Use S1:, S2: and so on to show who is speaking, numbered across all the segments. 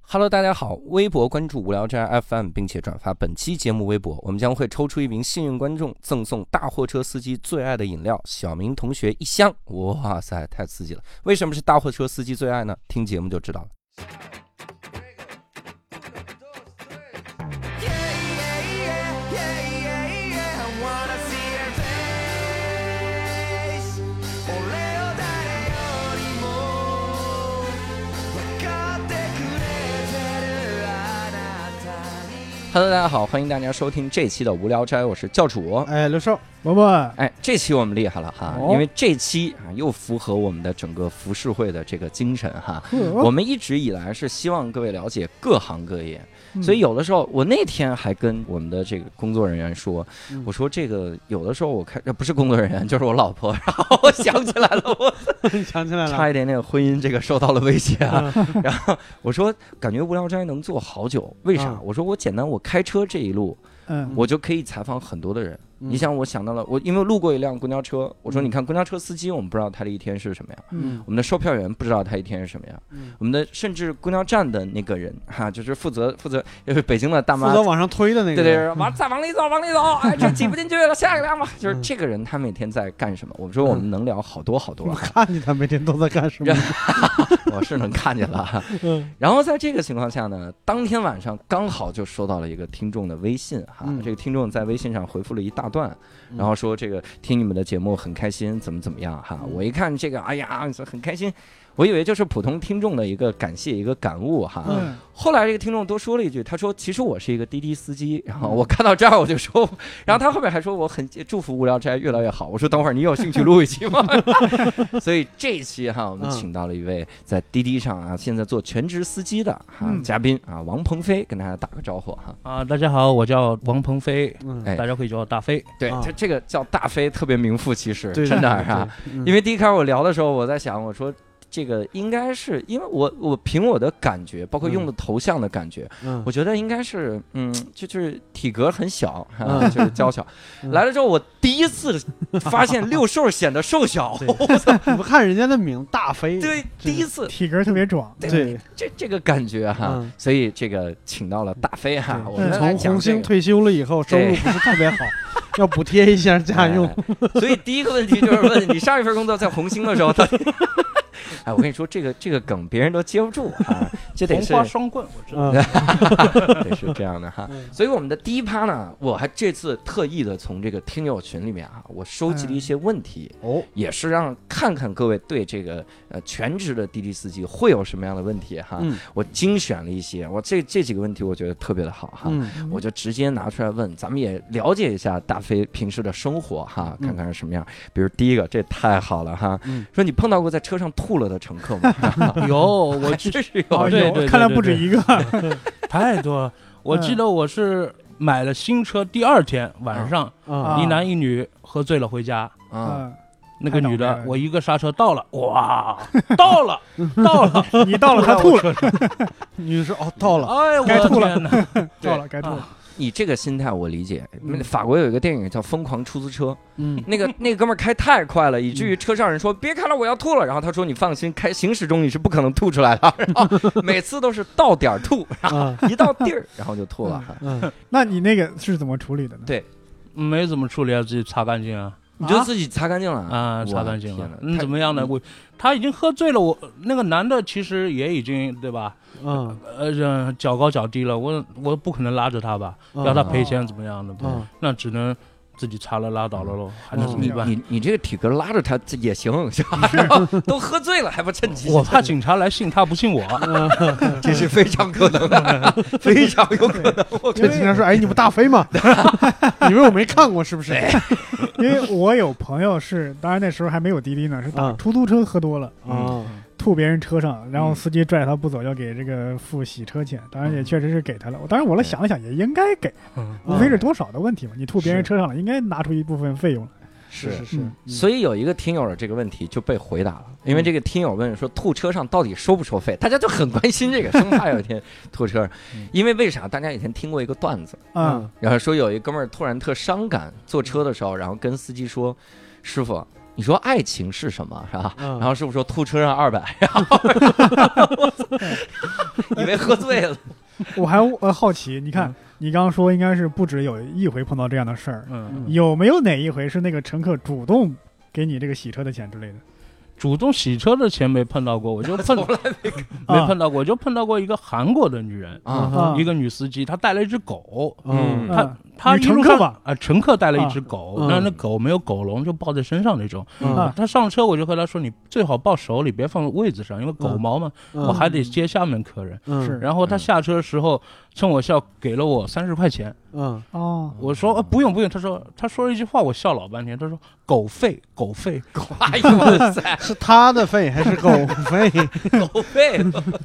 S1: Hello，大家好！微博关注无聊斋 FM，并且转发本期节目微博，我们将会抽出一名幸运观众，赠送大货车司机最爱的饮料——小明同学一箱。哇塞，太刺激了！为什么是大货车司机最爱呢？听节目就知道了。Hello，大家好，欢迎大家收听这期的无聊斋，我是教主。
S2: 哎，刘寿，萌萌，
S1: 哎，这期我们厉害了哈，
S2: 啊哦
S1: 因为这期啊又符合我们的整个浮世绘的这个精神哈。我们一直以来是希望各位了解各行各业，
S2: 嗯
S1: 所以有的时候我那天还跟我们的这个工作人员说，
S2: 嗯
S1: 我说这个有的时候我看呃不是工作人员，就是我老婆， 然后我想起来了，我
S2: 想起来了，
S1: 差一点点婚姻这个受到了威胁啊。
S2: 嗯
S1: 然后我说感觉无聊斋能做好久，为啥
S2: 啊？
S1: 我说我简单，我开车这一路
S2: 嗯，
S1: 我就可以采访很多的人。
S2: 嗯
S1: 你，想，我想到了，我因为路过一辆公交车，我说
S2: 嗯
S1: 你看公交车司机，我们不知道他的一天是什么样。
S2: 嗯
S1: 我们的售票员不知道他一天是什么样，
S2: 嗯，
S1: 我们的甚至公交站的那个人哈、就是负责负责，就是北京的大
S2: 负
S1: 妈，
S2: 责往上推的那
S1: 对
S2: 个，
S1: 对，对，往再往里走，往里走，哎，这挤不进去了，下一辆吧。就是
S2: 嗯
S1: 这个人他每天在干什么？我们说我们能聊好多好多
S2: 我
S1: 啊，
S2: 看见他每天都在干什么
S1: 然，我是能看见了。
S2: 嗯
S1: 然后在这个情况下呢，当天晚上刚好就收到了一个听众的微信哈，
S2: 嗯
S1: 这个听众在微信上回复了一大段，
S2: 嗯
S1: 然后说这个听你们的节目很开心，怎么怎么样哈。
S2: 嗯
S1: 我一看这个，哎呀，很开心，我以为就是普通听众的一个感谢一个感悟哈。
S2: 嗯
S1: 后来这个听众多说了一句，他说其实我是一个滴滴司机。然后
S2: 嗯
S1: 我看到这儿我就 说，然后他后面还说我很祝福无聊斋越来越好。我说等会儿你有兴趣录一期吗？ 所以这一期哈，我们
S2: 嗯
S1: 请到了一位在滴滴上啊现在做全职司机的哈、
S2: 嗯
S1: 嘉宾啊王鹏飞，跟大家打个招呼哈。
S3: 啊，大家好，我叫王鹏飞，
S2: 嗯，
S1: 哎
S3: 大家可以叫我大飞。
S1: 对，
S2: 啊
S1: 他这个叫大飞特别名副其实，
S2: 对
S1: 真的啊。，因
S2: 为
S1: 为第一开始我聊的时候，我在想，我说这个应该是因为我我凭我的感觉，包括用
S2: 嗯
S1: 的头像的感觉，我觉得应该是嗯，就就是体格很小，啊、
S2: 嗯
S1: 就是娇小。
S2: 嗯
S1: 来了之后，我第一次发现六兽显得瘦小，
S2: 对嗯你不看人家的名大飞，
S1: 对，第一次
S4: 体格特别壮，
S2: 对，
S1: 这这个感觉哈
S2: 嗯，
S1: 所以这个请到了大飞哈，
S2: 对
S1: 我们来
S2: 从
S1: 讲
S2: 红
S1: 这
S2: 星
S1: 个。
S2: 退休了以后，收入不是特 别好，要补贴一下家用，
S1: 哎所以第一个问题就是问你上一份工作在红星的时候，到 底哎，我跟你说这个这个梗别人都接不住 啊，这得
S3: 红
S1: 是
S3: 花双棍，我知道。
S1: 哎
S2: 嗯
S1: 得是这样的哈。
S2: 嗯
S1: 所以我们的第一趴呢，我还这次特意的从这个听友群里面啊，我收集了一些问题，
S2: 哦，
S1: 也是让看看各位对这个呃全职的滴滴司机会有什么样的问题哈。
S2: 嗯
S1: 我精选了一些，我这这几个问题我觉得特别的好哈。
S2: 嗯
S1: 我就直接拿出来问，咱们也了解一下大飞平时的生活哈，
S2: 嗯
S1: 看看是什么样。比如第一个，这太好了哈，
S2: 嗯
S1: 说你碰到过在车上吐了的乘客吗？
S3: 有，我记
S1: 真是
S3: 哦
S1: 有，
S3: 对对对
S4: 看来
S3: 对
S4: 不止一个。
S3: 太多了。我记得我是买了新车第二天晚上，
S2: 啊，
S3: 一男一女喝醉了回家。
S1: 啊，
S4: 嗯
S3: 那个女
S4: 太倒
S3: 的
S4: 霉，了
S3: 我一个刹车到了，哇，到了，到了，
S4: 嗯你 到了，他吐了，
S2: 女士哦，到了，
S3: 哎，我
S4: 该
S3: 的
S4: 吐了
S3: 天哪！
S4: 到了该吐了
S3: 啊。
S1: 你这个心态我理解。
S2: 嗯
S1: 法国有一个电影叫《疯狂出租车》，
S2: 嗯
S1: 那个那个哥们儿开太快了，以至于车上人说别开了，我要吐了。然后他说你放心，开行驶中你是不可能吐出来的。 然后每次都是到点儿吐，
S2: 啊，
S1: 一到地儿然后就吐了。哈
S2: 嗯
S4: 那你那个是怎么处理的呢？
S3: 没怎么处理啊，自己擦干净啊，
S1: 你就自己擦干净了
S3: 啊，
S1: 我
S3: 擦干净
S1: 天
S3: 了
S1: 哪。
S3: 嗯，
S1: 太
S3: 怎么样呢？我他已经喝醉了，我那个男的其实也已经对吧？
S2: 嗯，
S3: 呃，这脚高脚低了，我我不可能拉着他吧，要他赔钱怎么样的？对
S2: 嗯
S3: 那只能自己擦了拉倒了喽，还能
S2: 嗯
S3: 怎
S1: 你
S3: 么办？
S1: 你你这个体格拉着他这也行，是吧？都喝醉了还不趁机，
S3: 我怕警察来信他，不信我。
S1: 这是非常可能的， 非常有可能。我
S2: 这
S1: 跟
S2: 经
S1: 你
S2: 常说，哎，你不大飞 吗？以为我没看过是不是？
S3: 哎
S4: 因为我有朋友是，当然那时候还没有滴滴呢，是打
S2: 啊
S4: 出租车喝多了，
S3: 嗯
S2: 啊，
S4: 吐别人车上，然后
S1: 嗯
S4: 司机拽他不走，要给这个付洗车钱。当然也确实是给他了。我当然我来想了想，也应该给，
S3: 嗯
S4: 无非是多少的问题嘛。你吐别人车上了，应该拿出一部分费用来。
S2: 是是
S1: 是。
S2: 是，
S4: 嗯
S2: 嗯
S1: 所以有一个听友的这个问题就被回答了，因为这个听友问说吐车上到底收不收费，大家就很关心这个，生怕有一天 吐车上
S3: 嗯。
S1: 因为为啥？大家以前听过一个段子，
S4: 啊，
S2: 嗯
S1: 然后说有一哥们儿突然特伤感，坐车的时候，然后跟司机说：“师傅，你说爱情是什么，是吧？
S4: 嗯
S1: 然后师傅说吐车上二 百， 然后以为喝醉 了，
S2: 我还呃好奇，你看你刚刚说应该是不止有一回碰到这样的事儿，
S3: 嗯，
S2: 有没有哪一回是那个乘客主动给你这个洗车的钱之类的？
S3: 主动洗车的钱没碰到过，我就碰
S1: 从来
S3: 没碰到过，我就碰到过一个韩国的女人，
S1: 啊，
S2: 啊
S3: 一个女司机，她带了一只狗，
S1: 嗯
S4: 嗯
S3: 她她
S2: 女
S3: 一路
S2: 乘客
S3: 上
S2: 吧
S3: 啊，乘客带了一只狗，
S4: 啊嗯
S3: 那那狗没有狗笼，就抱在身上那种。
S2: 啊
S3: 她上车我就和她说，你最好抱手里，别放位子上，因为狗毛嘛，我还得接下面客人。
S4: 嗯
S2: 是
S3: 然后她
S1: 嗯
S3: 下车的时候，冲我笑，给了我三十块钱。
S4: 嗯
S2: 哦，
S3: 我说、呃、不用不用，他说他说了一句话，我笑老半天。他说狗肺狗肺，
S1: 哎呦哇塞，
S4: 是他的肺还是狗肺？
S1: 狗肺，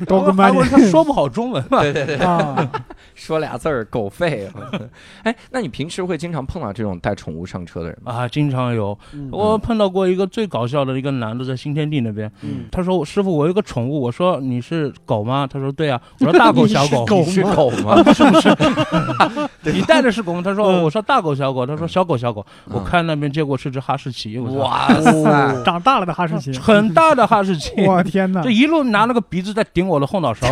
S2: 多
S3: 啊我
S2: 跟班
S3: 韩国人他说不好中文 嘛，
S1: 对对对，
S2: 啊，
S1: 说俩字儿狗肺。 哎，那你平时会经常碰到这种带宠物上车 的人吗？
S3: 啊，经常有。我碰到过一个最搞笑的一个男的，在新天地那边，
S4: 嗯
S3: 他说师傅我有个宠物，我说你是狗吗？他说 对啊，我说大狗小狗，
S1: 你是狗 吗？
S3: 不是不是，你带的是狗吗？他说
S4: 嗯
S3: 我说大狗小狗，他说
S1: 嗯
S3: 小狗小狗，我
S1: 嗯
S3: 看那边结果是只哈士奇，我操，
S1: 哇塞！
S2: 长大了的哈士 奇，
S3: 很大的哈士奇，
S2: 我天哪
S3: 这，一路拿那个鼻子在顶我的后脑勺，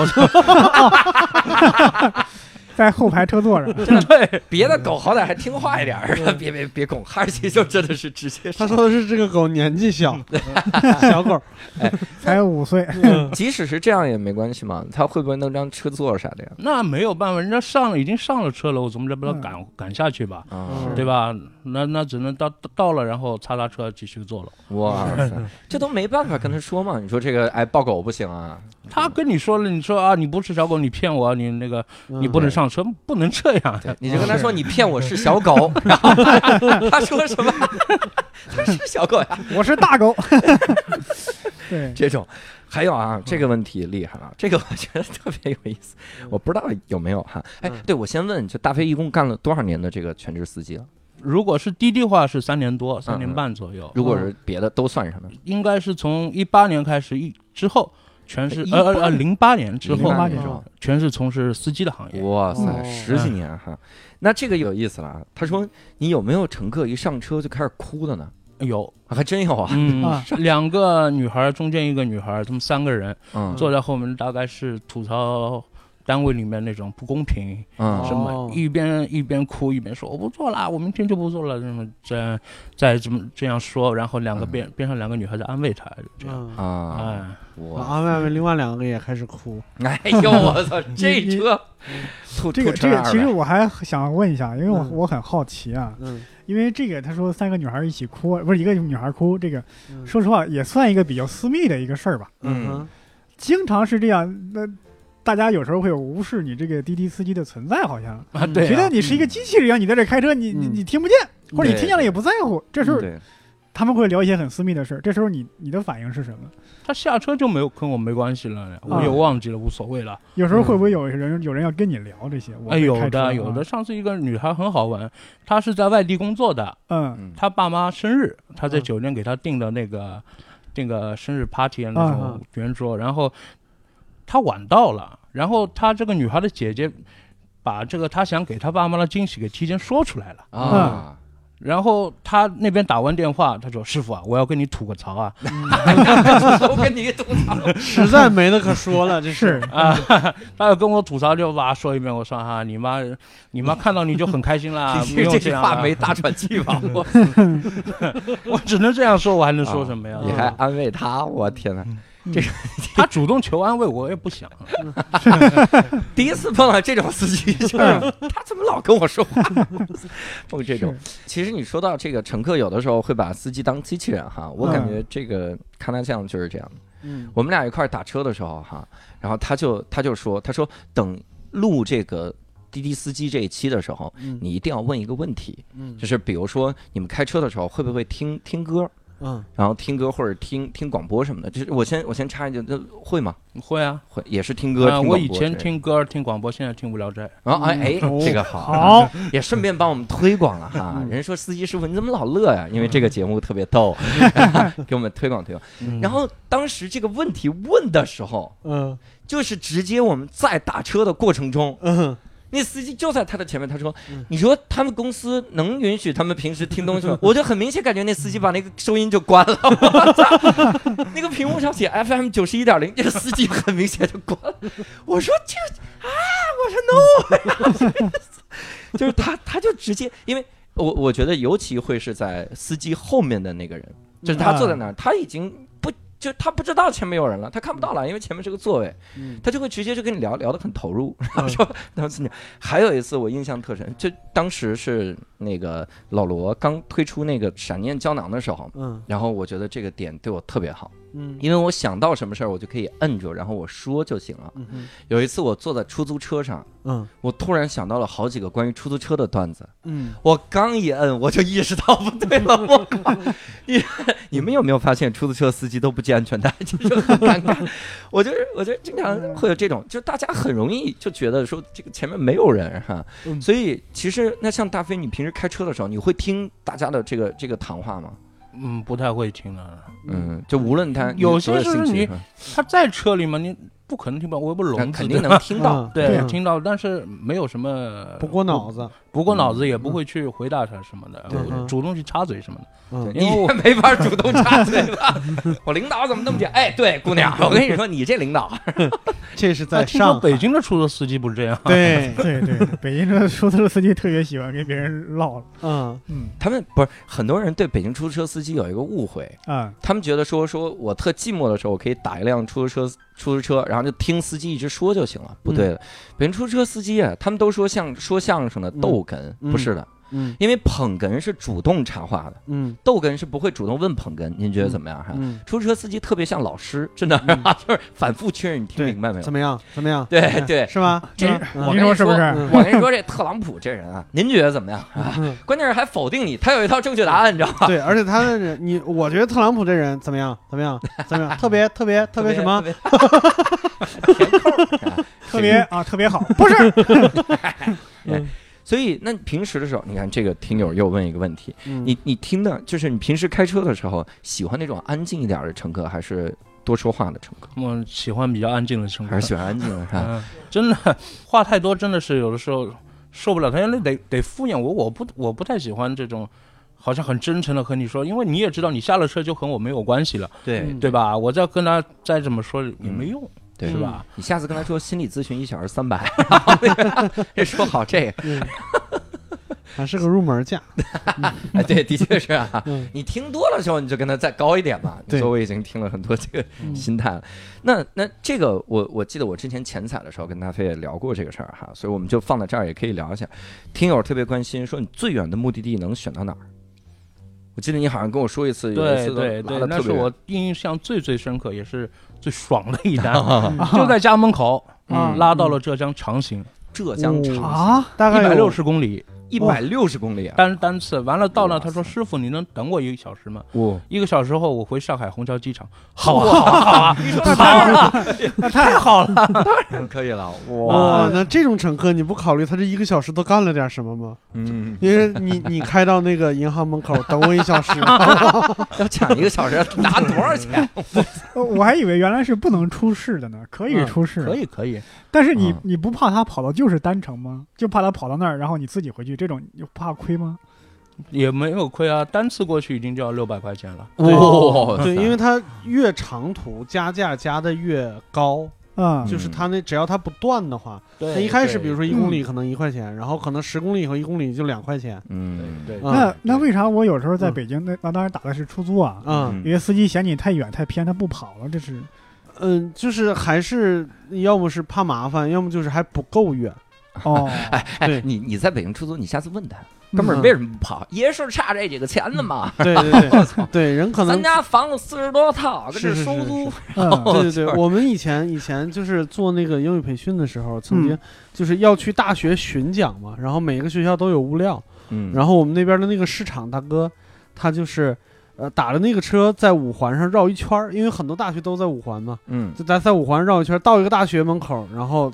S2: 在后排车座上，
S3: 对。
S1: 别的狗好歹还听话一点儿，
S4: 嗯
S1: 别别别拱，哈士奇就真的是直 接上
S4: 他说的是这个狗年纪小， 小狗。
S2: 才五 岁，
S1: 即使是这样也没关系嘛，他会不会弄张车座啥的呀？
S3: 那没有办法，人家上了已经上了车了，我总不能把他赶、赶下去吧，
S1: 啊
S4: 嗯
S3: 对吧？那那只能到到了，然后擦擦车继续坐了。
S1: 哇塞，这都没办法跟他说嘛。你说这个，哎，抱狗不行啊，
S3: 他跟你说了，你说啊，你不是小狗，你骗我，你那个你不能上车，不能这样。
S1: 对，你就跟他说你骗我是小 狗，然后他他说什么？他是小狗呀，
S2: 我是大 狗， 对，
S1: 这种。还有啊，这个问题厉害了，啊这个我觉得特别有意思，我不知道有没有哈。哎
S4: 嗯，
S1: 对，我先问，就大飞一共干了多少年的这个全职司机了？
S3: 如果是滴滴话是三年多，三年半左右，
S1: 如果是别的都算上呢？
S3: 应该是从一八年开始一之后，全是呃呃
S1: 18
S3: 呃零八年哦之后
S1: 零八
S2: 08
S1: 年之
S4: 嗯
S1: 后，
S3: 全是从事司机的行业。
S1: 哇塞，
S4: 哦
S1: 十几年哈，那这个有意思了啊。他说你有没有乘客一上车就开始哭的呢？
S3: 有，
S1: 啊还真有啊，
S3: 嗯
S2: 啊，
S3: 两个女孩中间一个女孩，他们三个人，
S1: 嗯
S3: 坐在后面大概是吐槽单位里面那种不公平，
S1: 嗯
S4: 哦
S3: 什么一边一边哭一边说我不做了，我明天就不做了，这么这再这么这样说，然后两个
S1: 嗯
S3: 边边上两个女孩在安慰他，这样，
S4: 嗯，
S1: 啊，
S3: 哎，
S1: 我
S4: 安慰安慰，另外两个也开始哭。
S1: 哎呦我操，这
S2: 你
S1: 车吐
S2: 这个
S1: 吐
S2: 这
S1: 车
S2: 个，其实
S1: 200
S2: 我还想问一下，因为我
S4: 嗯
S2: 我很好奇啊，
S4: 嗯，
S2: 因为这个他说三个女孩一起哭，不是一个女孩哭，这个
S4: 嗯
S2: 说实话也算一个比较私密的一个事儿吧，
S4: 嗯哼
S2: 经常是这样，那大家有时候会无视你这个滴滴司机的存在，好像
S3: 啊对啊，
S2: 觉得嗯你是一个机器人一样，你在这开车，你你
S4: 嗯
S2: 你听不见，或者你
S1: 对
S2: 听见了也不在乎，这时候
S1: 嗯对，
S2: 他们会聊一些很私密的事儿，这时候你你的反应是什么？
S3: 他下车就没有跟我没关系了，我
S4: 嗯
S3: 也忘记了，无所谓了。
S2: 有时候会不会有人有人要跟你聊这些？我
S3: 哎，
S2: 会
S3: 有
S2: 开车啊
S3: 的有的，，上次一个女孩很好玩，她是在外地工作的，
S2: 嗯
S1: 嗯
S3: 她爸妈生日，她在
S4: 嗯
S3: 酒店给她订的那个订个生日 party 的那
S4: 嗯
S3: 种
S4: 嗯
S3: 圆桌，然后她晚到了，然后她这个女孩的姐姐把这个她想给她爸妈的惊喜给提前说出来了。
S1: 啊，
S3: 然后她那边打完电话，她说：“师傅啊，我要跟你吐个槽 啊
S1: 都啊跟你吐槽，
S4: 实在没的可说了，这
S2: 是
S4: 是。
S3: 啊！”她要跟我吐槽就哇说一遍。我说：“哈、你妈，你妈看到你就很开心 啦，
S1: 你
S3: 不用
S1: 这
S3: 这
S1: 句
S3: 样啊
S1: 话
S3: 啦。
S1: 没大喘 气吧？我
S3: 我只能这样说，我还能说什么呀？
S1: 你还安慰他，我天哪！
S3: 她主动求安慰，我也不想。
S1: 第一次碰到这种司机，就是他怎么老跟我说话？ 碰这种，其实你说到这个乘客，有的时候会把司机当机器人哈，我感觉这个康大酱就是这样。
S4: 嗯
S1: 我们俩一块儿打车的时候哈，然后他就他就说，他说等录这个滴滴司机这一期的时候，
S4: 嗯
S1: 你一定要问一个问题，
S4: 嗯
S1: 就是比如说你们开车的时候会不会听听歌，
S4: 嗯
S1: 然后听歌或者听听广播什么的？就是我先我先插一句，那会吗？
S3: 会啊，
S1: 会也是听歌，
S3: 啊，
S1: 听
S3: 我
S1: 广
S3: 以
S1: 播
S3: 前
S1: 之类的
S3: 听哦歌听广播，现在听《无聊斋
S1: 然后哎哎，
S4: 嗯
S1: 这个好，
S2: 好，
S1: 也顺便帮我们推广了哈。
S4: 嗯
S1: 人家说司机师傅你怎么老乐呀？因为这个节目特别 逗，给我们推广推广。》。然后当时这个问题问的时候，
S4: 嗯
S1: 就是直接我们在打车的过程中，
S4: 嗯，
S1: 那司机就在他的前面，他说
S4: 嗯：“
S1: 你说他们公司能允许他们平时听东西 吗？”我就很明显感觉那司机把那个收音就关了，我操！那个屏幕上写 FM 九十一点零，这司机很明显就关了。我说这啊，我说 no，就是他他就直接，因为我我觉得尤其会是在司机后面的那个人，就是他坐在那儿，他已经不就他不知道前面有人了，他看不到了，因为前面是个座位。
S4: 嗯
S1: 他就会直接就跟你聊聊得很投 入，然后说，然后是你。还有一次我印象特深，就当时是那个老罗刚推出那个闪念胶囊的时候，
S4: 嗯
S1: 然后我觉得这个点对我特别好，
S4: 嗯
S1: 因为我想到什么事儿我就可以摁住，然后我说就行了。
S4: 嗯
S1: 有一次我坐在出租车上，
S4: 嗯
S1: 我突然想到了好几个关于出租车的段子，
S4: 嗯，
S1: 我刚一摁我就意识到不对 了，我靠！你你们有没有发现出租车司机都不系安全带，这就很尴尬。 我就是我就经常会有这种，就大家很容易就觉得说这个前面没有人哈，
S4: 嗯
S1: 所以其实那像大飞，你平时开车的时候，你会听大家的这个这个谈话吗？
S3: 嗯，不太会听啊了。
S1: 嗯，就无论他
S3: 有些
S1: 所
S3: 是
S1: 兴趣
S3: 你他在车里嘛，你不可能听不到，我又不是
S1: 但
S3: 聋子，
S1: 肯定
S3: 对
S1: 能听到。
S4: 嗯
S3: 对
S2: 对啊
S3: 听到，但是没有什么
S4: 不过脑，子，
S3: 不过脑子也不会去回答他什么的，
S4: 对
S3: 我主动去插嘴什么的。
S4: 嗯
S1: 你也没法主动插嘴了，我领导怎么那么讲？哎，对，姑娘，我跟你说，你这领 导，
S4: 这是
S3: 但
S4: 在
S3: 听说
S4: 上
S3: 北
S4: 海
S3: 京的出租车司机不是这样，
S4: 对，
S2: 对对，北京的出租车司机特别喜欢跟别人唠了，
S4: 嗯
S2: 嗯
S1: 他们不是很多人对北京出租车司机有一个误会，
S2: 啊，
S1: 他们觉得说说我特寂寞的时候，我可以打一辆出租车，出租车，然后就听司机一直说就行了。不对的，北京出租车司机啊，他们都说像说相声的
S4: 嗯
S1: 逗哏，
S4: 嗯
S1: 不是的，
S4: 嗯
S1: 因为捧哏是主动插话的，
S4: 嗯
S1: 逗哏是不会主动问捧哏，您觉得怎么样哈？
S4: 嗯，
S1: 出租车司机特别像老师，真的、
S4: 嗯
S1: 就是反复确认你听
S4: 对
S1: 明白没有
S4: 怎？么样？怎么样？
S1: 对
S2: 哎
S1: 对，
S4: 是吧？
S1: 这
S4: 嗯
S1: 我跟
S2: 您
S1: 你
S2: 说是不是？
S4: 嗯
S1: 我跟你说，这特朗普这人啊，您觉得怎么样？
S4: 嗯
S1: 关键是还否定你，他有一套正确答案，你知道吗？
S4: 对，而且他的人，你我觉得特朗普这人怎么样？怎么样？怎么样？特别特别特别什么？？
S1: 填空儿，啊
S2: 特别啊，特别好，不是？
S1: 所以，那你平时的时候，你看这个听友又问一个问题，
S4: 嗯
S1: 你你听的就是你平时开车的时候，喜欢那种安静一点的乘客，还是多说话的乘客，
S3: 我喜欢比较安静的生活。
S1: 还是喜欢安静的是吧？
S3: 嗯，真的话太多，真的是有的时候受不了。他那得得敷衍我，我不我不太喜欢这种，好像很真诚的和你说，因为你也知道，你下了车就和我没有关系了，
S1: 对
S4: 嗯
S3: 对吧？我再跟他再怎么说也没用，
S1: 对
S3: 是吧？
S1: 你下次跟他说心理咨询一小时三百，这说好这个，
S4: 嗯，还是个入门价。
S1: 哎，对，的确是啊。
S4: 嗯
S1: 你听多了之后，你就跟他再高一点嘛。你
S4: 对
S1: 说我已经听了很多这个
S3: 嗯
S1: 心态了。那那这个我我记得我之前前采的时候跟大飞也聊过这个事儿哈，所以我们就放在这儿也可以聊一下。听友特别关心说你最远的目的地能选到哪儿？我记得你好像跟我说一次，有一
S3: 对
S1: 次都
S3: 对
S1: 拉
S3: 对
S1: 得，
S3: 那
S1: 特
S3: 是
S1: 别远
S3: 我印象最最深刻，也是最爽的一 单，
S2: 嗯
S3: 就在家门口啊
S1: 嗯
S3: 拉到了浙江长行，
S1: 浙江长
S4: 啊，大
S3: 一
S4: 概有
S3: 百六十公里
S1: 一百六十公里啊！
S3: 单单次，完了到
S1: 哇
S3: 那
S1: 塞
S3: 他说师傅你能等我一个小时吗？
S1: 哇，
S3: 一个小时后我回上海虹桥机场，好啊好啊好啊，
S1: 你说好
S3: 那太好了。
S1: 了，可以了，
S4: 哇
S1: 哇，，
S4: 那这种乘客你不考虑他这一个小时都干了点什么吗？
S1: 嗯，
S4: 因为你你开到那个银行门口等我一小时，
S1: 要抢一个小时拿多少钱？
S2: 呃我还以为原来是不能出示的呢，可以
S3: 嗯
S2: 出示，
S3: 可。以可以，
S2: 但是你
S1: 嗯
S2: 你不怕他跑到就是单程吗？就怕他跑到那儿，然后你自己回去，这种你怕亏吗？
S3: 也没有亏啊，单次过去已经就要六百块钱了。
S1: 哇，
S4: 对，因为它越长途加价加的越高，
S2: 啊，
S4: 就是它那只要它不断的话，它
S3: 对
S4: 一开始比如，说一公里
S2: 嗯
S4: 可能一块钱，然后可能十公里以后一公里就两块钱，
S1: 嗯，
S3: 对对，
S4: 啊
S2: 那那为啥我有时候在
S4: 嗯
S2: 北京那那当然打的是出租啊，
S4: 嗯
S2: 有些司机嫌你太远太偏，他不跑了，这是
S4: 嗯，就是还是要么是怕麻烦，要么就是还不够远，
S2: 哦，
S1: 哎
S4: 对，
S1: 你你在北京出租，你下次问他，
S2: 嗯
S1: 哥们儿为什么不跑？也是差这几个钱的嘛。
S4: 对对对对，人可能
S1: 咱家房子四十多套，跟这
S4: 是是是
S1: 收租，
S2: 嗯
S4: 对
S1: 就
S4: 对对，
S1: 是
S4: 我们以前以前就是做那个英语培训的时候，曾经
S2: 嗯
S4: 就是要去大学巡讲嘛，然后每个学校都有物料，
S1: 嗯
S4: 然后我们那边的那个市场大哥，他就是呃打着那个车在五环上绕一圈儿，因为很多大学都在五环嘛，
S1: 嗯
S4: 就咱在五环绕一圈儿，到一个大学门口，然后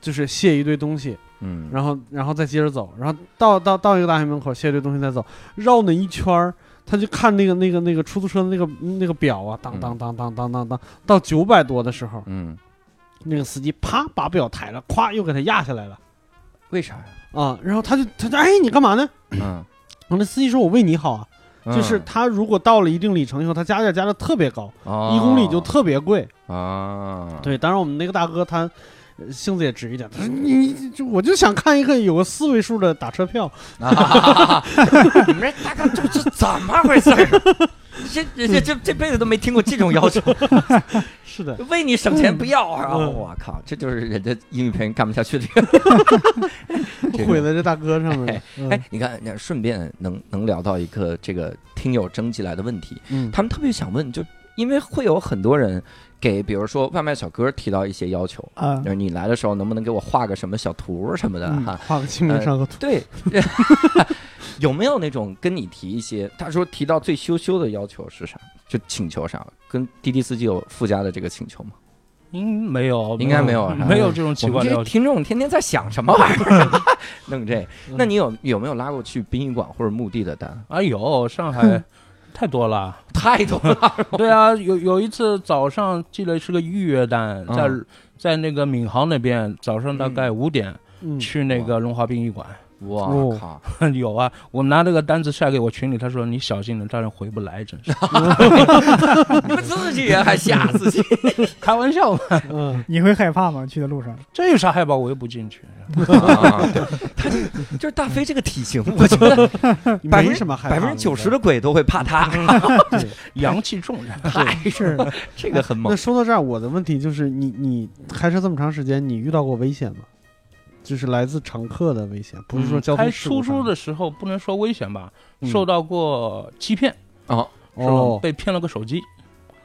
S4: 就是卸一堆东西，
S1: 嗯，
S4: 然后然后再接着走，然后到到到一个大学门口卸一堆东西再走，绕那一圈儿。他就看那个那个那个出租车的那个那个表啊，当当当当当当当，到九百多的时候，
S1: 嗯，
S4: 那个司机啪把表抬了，咵又给他压下来了。
S1: 为啥呀？
S4: 啊，然后他就他就哎你干嘛呢？
S1: 嗯，
S4: 我那司机说我为你好啊，就是
S1: 嗯
S4: 他如果到了一定里程以后，他加价加的特别高，
S1: 哦
S4: 一公里就特别贵。
S1: 啊，
S4: 对，当然我们那个大哥他呃性子也直一点，他说你就我就想看一个有个四位数的打车票，
S1: 啊，你们这大哥这这怎么回事儿？ 这这这这辈子都没听过这种要求，
S4: 是的，
S1: 为你省钱不要啊！
S4: 嗯
S1: 我靠，这就是人家英语培训干不下去的原因。这
S4: 毁
S1: 种
S4: 在这大哥上面。嗯
S1: 哎，你看，那顺便能能聊到一个这个听友征集来的问题，
S4: 嗯，
S1: 他们特别想问，就因为会有很多人给，比如说外卖小哥提到一些要求，
S2: 啊
S1: 就，是你来的时候能不能给我画个什么小图什么的
S4: 嗯
S1: 哈。
S4: 画个清
S2: 哎
S4: 明上河图，
S1: 对，有没有那种跟你提一些，他说提到最羞羞的要求是啥？就请求啥？跟滴滴司机有附加的这个请求吗？
S3: 应没有，
S1: 应该没有啊
S3: 没有这种奇
S1: 我们
S3: 怪的
S1: 这些
S3: 要求。
S1: 听众天天在想 什么玩意儿？弄这？
S3: 嗯
S1: 那你有有没有拉过去殡仪馆或者墓地的单？
S3: 哎呦，上海太多了。
S1: 太多 了。
S3: 对啊，有有一次早上记得是个预约单，在、
S1: 嗯
S3: 在那个闵行那边，早上大概五点、
S4: 嗯，
S3: 去那个龙华殡仪馆。
S1: 我
S4: 哦
S1: 靠！
S3: 有啊，我拿这个单子晒给我群里，他说你小心点，当然回不来，真 是
S1: 你们自己人还吓自 己？
S3: 开玩笑嘛，
S4: 嗯，
S2: 你会害怕吗？去的路上，
S3: 这有啥害怕？我又不 进去。
S1: 啊对他这就是大飞这个体 型，我觉得百分之
S4: 没什么害怕
S1: 百
S4: 的，
S1: 分之九十的鬼都会怕 他，
S3: 阳气重，
S1: 太
S2: 是
S1: 这个很猛
S4: 那。说到这儿，我的问题就是你，你开车这么长时间，你遇到过危险吗？就是来自乘客的危险，不是说交
S3: 嗯开
S4: 通事
S3: 出
S4: 故上
S3: 租的时候不能说危险吧，
S4: 嗯
S3: 受到过欺骗，
S1: 哦，
S3: 是吧？
S4: 哦，
S3: 被骗了个手机，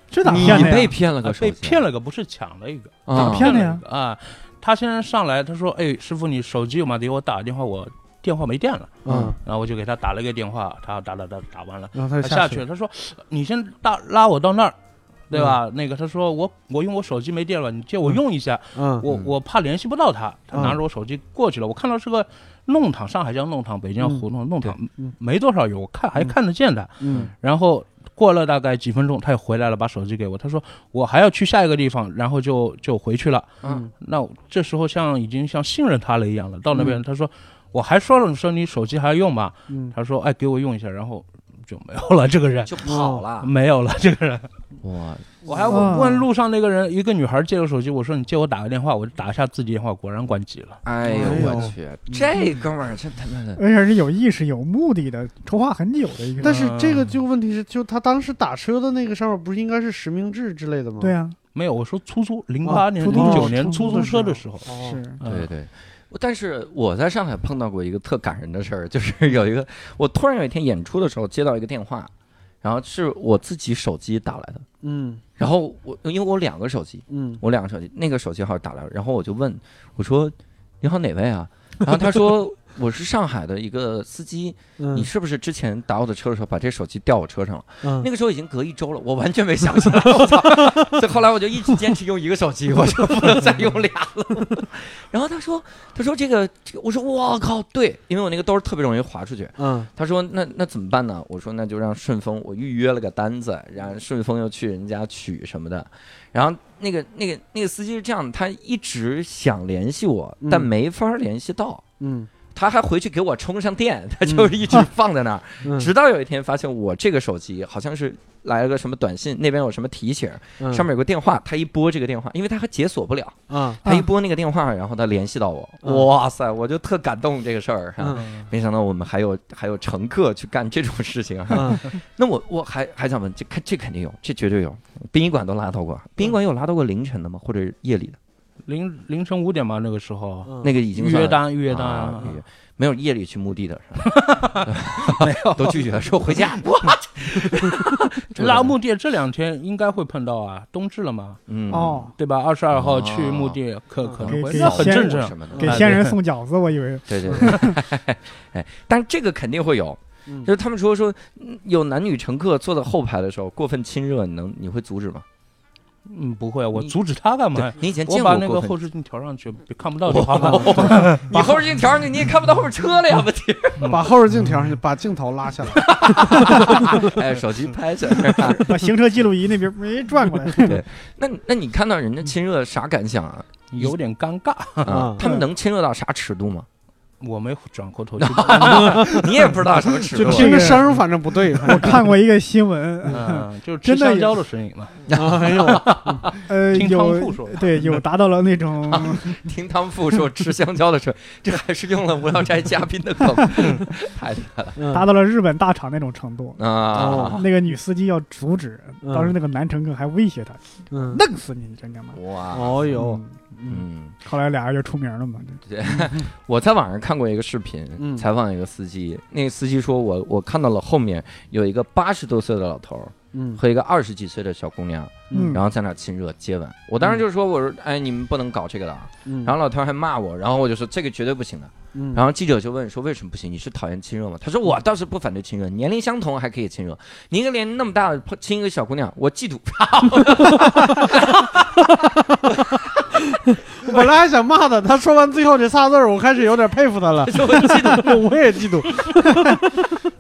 S2: 这咋
S1: 你
S2: 骗的
S1: 被
S2: 呀？
S1: 骗了
S3: 啊
S1: 个手
S3: 被
S1: 机，
S3: 骗了个不是抢了一个，
S1: 啊
S2: 骗了呀
S3: 了一个啊！他先上来，他说：“哎，师傅，你手机有吗？给我打个电话，我电话没电了。
S4: 嗯，”
S3: 然后我就给他打了一个电话，他打打打打完了，
S4: 然后他
S3: 他
S4: 就
S3: 下
S4: 去
S3: 去了。
S4: 了，
S3: 他说：“你先大拉我到那儿。”对吧？那个他说我我用我手机没电了，你借我用一下。
S4: 嗯，
S3: 我
S1: 嗯
S3: 我怕联系不到他，
S4: 嗯
S3: 他拿着我手机过去了。我看到是个弄堂，上海叫弄堂，北京叫
S4: 嗯
S3: 胡同，弄堂
S4: 嗯
S3: 没多少有，我看还
S4: 嗯
S3: 看得见他。
S4: 嗯
S3: 然后过了大概几分钟，他又回来了，把手机给我，他说我还要去下一个地方，然后就就回去了。
S1: 嗯
S4: 嗯
S3: 那我这时候像已经像信任他了一样了。到那边他说，我还说了，你说你手机还要用吗？
S4: 嗯，
S3: 他说，哎，给我用一下，然后就没有了，这个人
S1: 就跑了。
S3: 没有了，这个人。
S1: 哇，
S3: 我还问问路上那个人，一个女孩借了手机，我说你借我打个电话，我就打一下自己电话，果然关机了。
S1: 哎呦
S4: 哎呦
S1: 我去，这哥们儿这他妈的，
S2: 而且是有意识、有目的的，筹划很久的一个。
S4: 但是这
S3: 嗯
S4: 个就问题是，就他当时打车的那个上面不是应该是实名制之类的吗？
S2: 对啊，
S3: 没有，我说出租，零八
S4: 啊
S3: 年、
S2: 出
S3: 零
S2: 租
S3: 九年
S2: 出租
S3: 出租
S2: 的
S3: 车的时
S2: 时
S3: 候，
S4: 哦，
S2: 是
S3: 嗯
S1: 对对。但是我在上海碰到过一个特感人的事儿，就是有一个我突然有一天演出的时候接到一个电话，然后是我自己手机打来的，
S4: 嗯
S1: 然后我因为我两个手机，
S4: 嗯，
S1: 我两个手机，那个手机号打来了，然后我就问我说：“你好，哪位啊？”然后他说：“我是上海的一个司机，
S4: 嗯
S1: 你是不是之前打我的车的时候把这手机掉我车上了？”
S4: 嗯
S1: 那个时候已经隔一周了，我完全没想起来。我操！所以后来我就一直坚持用一个手机，我说不能再用俩了。 然后他说：“他说这个，这个、我说我靠，对，因为我那个兜儿特别容易滑出去。”
S4: 嗯
S1: 他说：“那那怎么办呢？”我说：“那就让顺丰，我预约了个单子，然后顺丰又去人家取什么的。”然后那个那个那个司机是这样的，他一直想联系我，
S4: 嗯
S1: 但没法联系到。
S4: 嗯
S1: 他还回去给我充上电，他就是一直放在那儿，
S4: 嗯，
S1: 直到有一天发现我这个手机好像是来了个什么短信，那边有什么提醒，
S4: 嗯
S1: 上面有个电话，他一拨这个电话，因为他还解锁不了，
S4: 啊
S1: 他一拨那个电话，然后他联系到我，
S4: 嗯
S1: 哇塞，我就特感动这个事儿。哈
S4: 嗯
S1: 没想到我们还有还有乘客去干这种事情 啊！
S4: 嗯
S1: 那我我还还想问，这肯这肯定有，这绝对有。殡仪馆都拉到过，殡仪馆有拉到过凌晨的吗？或者夜里的？
S3: 凌凌晨五点吧，那个时候
S4: 嗯
S1: 那个已
S3: 预
S1: 经算
S3: 约单，预约单
S1: 啊
S3: 啊，
S1: 预约没有夜里去墓地的，是吧没有，都拒绝了，说回家。我
S3: 拉墓地这两天应该会碰到啊，冬至了嘛，
S1: 嗯
S2: 哦，
S3: 对吧？二十二号
S1: 哦
S3: 去墓地，可
S4: 嗯
S3: 可能会，
S2: 给
S3: 那很
S2: 给
S3: 正
S1: 扫墓
S3: 常
S1: 什。么的，
S2: 给
S3: 哎
S2: 先
S3: 对
S2: 人送饺子，我 以为
S1: 对对对， 哎，但这个肯定会有，
S4: 嗯
S1: 就是他们说说嗯有男女乘客坐在后排的时候过分亲热，你能你会阻止吗？
S3: 嗯，不会啊，我
S1: 你
S3: 阻止他干嘛
S1: 对？，你以前
S3: 我
S1: 见
S3: 把
S1: 过
S3: 那
S1: 过
S3: 个
S1: 分
S3: 后视镜调上去，别看不到就好了。
S1: 你后视镜调上去，你也看不到后面车了呀！问题，
S4: 把后视镜调上去，把镜头拉下来，
S1: 哎，手机拍下来。
S2: 把行车记录仪那边没 转过来，
S1: 那那你看到人家亲热啥感想啊？
S3: 有点尴尬，
S1: 啊
S4: 啊，
S3: 嗯
S1: 他们能亲热到啥尺度吗？
S3: 我没转过 头去看。
S5: 你也不知道什么尺
S4: 就
S5: 度。
S1: 啊
S4: 听着声儿反正不对，反
S2: 我看过一个新闻，
S3: 嗯，就是吃
S2: 真的
S3: 香
S2: 有
S3: 蕉的声音嘛。
S4: 正哎呦，
S2: 呃，
S3: 听汤
S2: 有
S3: 库说的，
S2: 对有达到了那 种
S4: 啊
S5: 听汤富说吃香蕉的事，这还是用了无聊斋嘉宾的 梗，太厉害了
S4: 嗯
S2: 达到了日本大厂那种程度。
S1: 哦
S5: 啊！
S2: 那个女司机要阻止，
S4: 嗯
S2: 当时那个男乘客还威胁她
S4: 嗯，
S2: 弄死你，真的吗？
S5: 哇，
S4: 哦呦，
S2: 嗯，
S5: 嗯，
S2: 后来俩人就出名了嘛。
S1: 我在网上看过一个视
S4: 嗯
S1: 频，采访一个司机，那个司机说我我看到了后面有一个八十多岁的老头儿
S4: 嗯
S1: 和一个二十几岁的小姑娘，
S4: 嗯
S1: 然后在那儿亲热接吻。我当时就说我说哎你们不能搞这个的啊，
S4: 嗯，
S1: 然后老头儿还骂我，然后我就说这个绝对不行的。
S4: 嗯
S1: 然后记者就问说为什么不行？你是讨厌亲热吗？他说我倒是不反对亲热，年龄相同还可以亲热。你一个年龄那么大的亲一个小姑娘，我嫉妒。
S4: 我本来还想骂他，他说完最后这仨字儿，我开始有点佩服他 了。 我也嫉妒，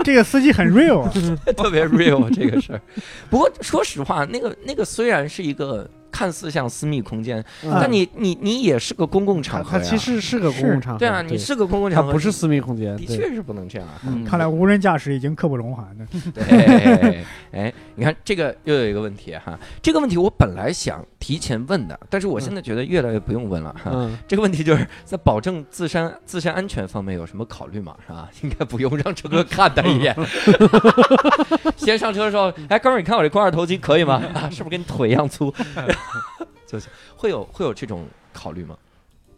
S2: 这个司机 很 real，啊
S1: 特别 real 这个事儿。不过说实话，那个那个虽然是一个看似像私密空间，
S4: 嗯
S1: 但你你你也是个公共
S4: 他
S1: 场合
S4: 他
S1: 呀。
S4: 其实是个公共
S2: 是
S4: 场合，
S1: 对啊，你是个公共
S4: 他
S1: 场合，
S4: 不是
S1: 你
S4: 私密空间，
S1: 的
S4: 对
S1: 确是不能这样啊。
S3: 嗯
S2: 看来无人驾驶已经刻不容缓了。
S1: 对，哎，你看这个又有一个问题哈，这个问题我本来想提前问的，但是我现在觉得越来越不用问了哈。
S4: 嗯，
S1: 这个问题就是在保证自身自身安全方面有什么考虑吗？是吧？ 应该不用让乘客看他一眼。
S4: 嗯
S1: 先上车的时候，哎，哥们儿，你看我这肱二头肌可以吗？ 啊，是不是跟你腿一样粗？ 就是会有会有这种考虑吗？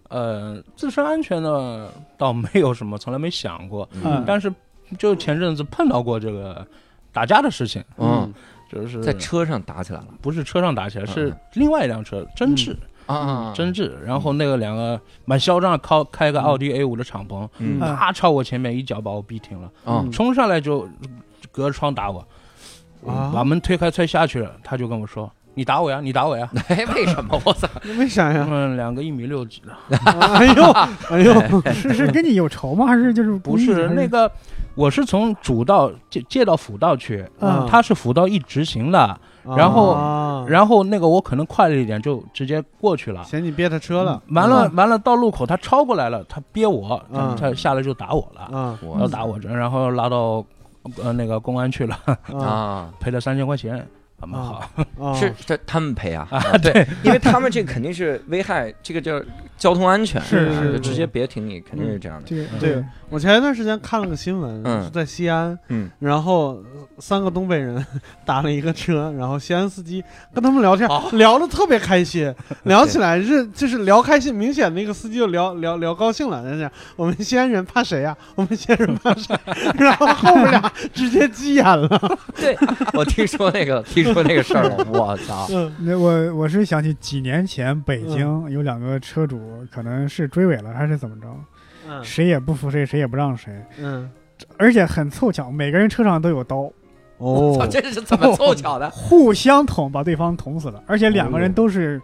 S3: 呃，自身安全呢倒没有什么，从来没想过。
S2: 嗯
S3: 但是就前阵子碰到过这个打架的事情，
S1: 嗯，
S3: 就是
S1: 在车上打起来了
S3: 不是车上打起来，
S1: 嗯
S3: 是另外一辆车争执
S4: 嗯
S1: 啊！
S3: 争执，然后那个两个蛮嚣张，靠开个奥迪 A 五的敞篷，
S1: 嗯
S2: 嗯
S3: 啪朝我前面一脚把我逼停了，
S1: 啊
S4: 嗯
S3: 冲上来就隔着窗打我，
S1: 嗯
S4: 啊
S3: 把门推开推下去了，他就跟我说。你打我呀！你打 我呀！
S1: 哎，为什么？我操！
S4: 为啥
S3: 他
S4: 呀？
S3: 们两个一米六几的，
S4: 哎呦，哎呦，
S2: 是是跟你有仇吗？还是就是故
S3: 不
S2: 意
S3: 是
S2: 还
S3: 那个，我是从主道借借到辅道去，
S4: 嗯
S3: 他是辅道一直行的，然后
S4: 啊
S3: 然后那个我可能快了一点就直接过去了，
S4: 嫌你别他车
S1: 嗯
S4: 了
S3: 完了完了到路口他超过来了，他憋我，
S4: 嗯
S3: 他他下来就打我了，
S4: 啊
S1: 我
S3: 要打我，然后拉到呃那个公安去了，
S4: 啊
S1: 啊！
S3: 赔了三千块钱，啊蛮好，
S4: 啊！
S1: 是这他们赔啊？啊对，因为他们这肯定是危害这个叫交通安全，
S2: 是
S1: 啊
S4: 是
S1: 就直
S4: 是
S1: 接别停你，肯定是这样的。
S2: 这个
S4: 对
S2: 嗯
S4: 我前一段时间看了个新闻，
S1: 嗯
S4: 是在西安，
S1: 嗯
S4: 然后三个东北人 打了一个车，然后西安司机跟他们聊天，
S1: 哦
S4: 聊的特别 开心，聊起来是就是聊开心，明显那个司机就聊聊聊高兴了，人家我们西安人怕谁呀、我们西安人怕谁？ 然后后面俩直接急眼了，
S1: 我听说那个，听说那个事儿了，我操！
S4: 嗯
S2: 那我我是想起几年前北
S3: 嗯
S2: 京有两个车主，可能是追尾了还是怎么着，
S4: 嗯
S2: 谁也不服谁，谁也不让谁，
S4: 嗯，
S2: 而且很凑巧，每个人车上都有刀，
S1: 操
S4: 哦，
S1: 这是怎么凑巧的？
S2: 互相捅，把对方捅死了，而且两个
S3: 哦
S2: 人都是，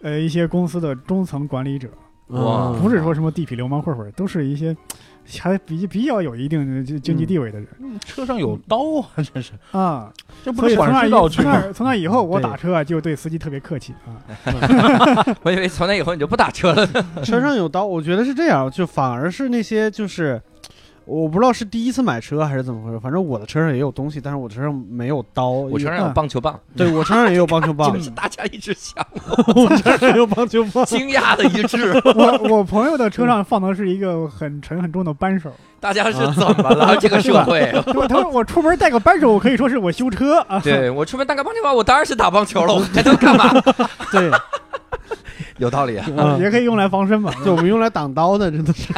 S2: 呃，一些公司的中层管理者，
S1: 哇
S4: 嗯
S2: 不是说什么地痞流氓混混，都是一些还比比较有一定的经经济
S3: 嗯
S2: 地位的人
S3: 车上有刀啊，真是，
S2: 啊。
S3: 这不
S2: 所以
S3: 是
S2: 从那
S3: 管
S2: 以
S3: 制道具
S2: 从
S3: 吗？
S2: 那从那以 后，我
S4: 对
S2: 打车啊就对司机特别客气啊。
S1: 我以为从那以后你就不打车了。
S4: 车上有刀，我觉得是这样，就反而是那些就是，我不知道是第一次买车还是怎么回事，反正我的车上也有东西，但是我车上没有刀。
S1: 我车上有棒球棒，
S4: 有对我车上也有棒球 棒
S1: 这，是大家一直想
S4: 我车上有棒球棒。
S1: 惊讶的一致，
S2: 我我朋友的车上放的是一个很沉很重的扳手，
S1: 大家是怎么了？这个社会，
S2: 对吧？他说 我出门带个扳手，我可以说是我修车啊。
S1: 对我出门打个棒球棒，我当然是打棒球了，我还能干嘛？
S4: 对，
S1: 有道理啊。
S4: 嗯
S2: 也可以用来防身嘛。
S4: 对，我们用来挡刀的，真的 是。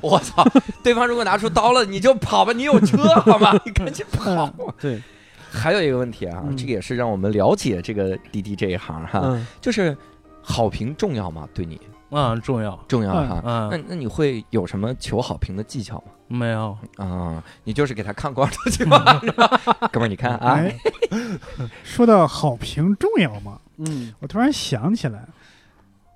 S1: 我操，对方如果拿出刀了，你就跑吧，你有车 好吗？你赶紧跑。
S2: 嗯
S4: 对，
S1: 还有一个问题啊，
S4: 嗯
S1: 这个也是让我们了解这个滴滴这一行哈，
S4: 嗯，
S1: 就是好评重要吗？对你
S3: 嗯，重要，
S1: 重要哈？那
S3: 嗯，
S1: 那你会有什么求好评的技巧吗？
S3: 没有，
S1: 啊，你就是给他看光头去吧，是 吧哥们儿，你看啊，
S2: 哎，说到好评重要吗？
S4: 嗯，
S2: 我突然想起来，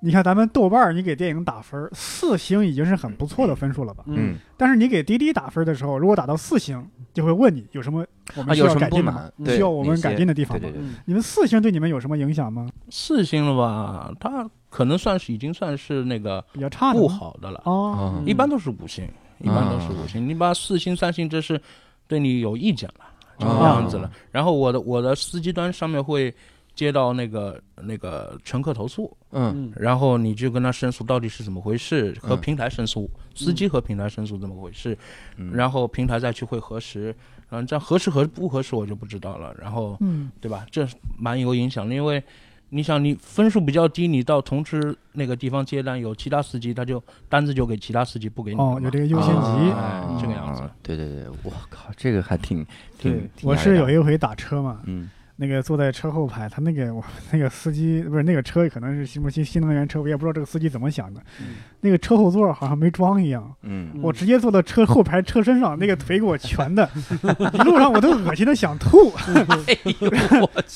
S2: 你看咱们豆瓣儿，你给电影打分儿四星已经是很不错的分数了吧？
S1: 嗯，
S2: 但是你给滴滴打分的时候，如果打到四星，就会问你有什么我
S1: 啊，
S2: 们需
S1: 有
S2: 要
S1: 什么
S2: 改
S1: 不
S2: 进吗？
S1: 满？对，
S2: 需要我们
S1: 哪些
S2: 改进的地方
S1: 对
S2: 吗？
S4: 嗯
S1: 对对，
S2: 你们四星对你们有什么影响吗？
S3: 四星了吧？它可能算是已经算是那个
S2: 比较差的吗
S3: 不好的了，
S2: 哦，
S1: 哦，
S3: 一般都是五星，一般都是五星。你把四星、三星，这是对你有意见了，就这样子了。然后我的我的司机端上面会接到那个那个乘客投诉，
S1: 嗯
S4: 嗯
S3: 然后你就跟他申诉到底是怎么回事，和
S1: 嗯
S3: 平台申诉，司机和平台申诉怎么回事，
S1: 嗯，
S3: 然后平台再去会核实，然后这样合适和不合适我就不知道了。然后
S2: 嗯，
S3: 对吧？这蛮有影响的，因为你想，你分数比较低，你到同吃那个地方接单，有其他司机，他就单子就给其他司机不给你了嘛。
S2: 哦，有这个优先级。
S1: 啊
S3: 哎这个样子。
S1: 对对对，我靠，这个还挺挺
S2: 对，，
S1: 挺
S2: 我
S1: 吓
S2: 是
S1: 人的
S2: 有一回打车嘛，
S1: 嗯
S2: 那个坐在车后排，他那个我那个司机不是那个车，可能是新不新新能源车，我也不知道这个司机怎么想的，那个车后座好像没装一样，
S1: 嗯，
S2: 我直接坐到车后排车身上，那个腿给我蜷的，一路上我都恶心的想吐，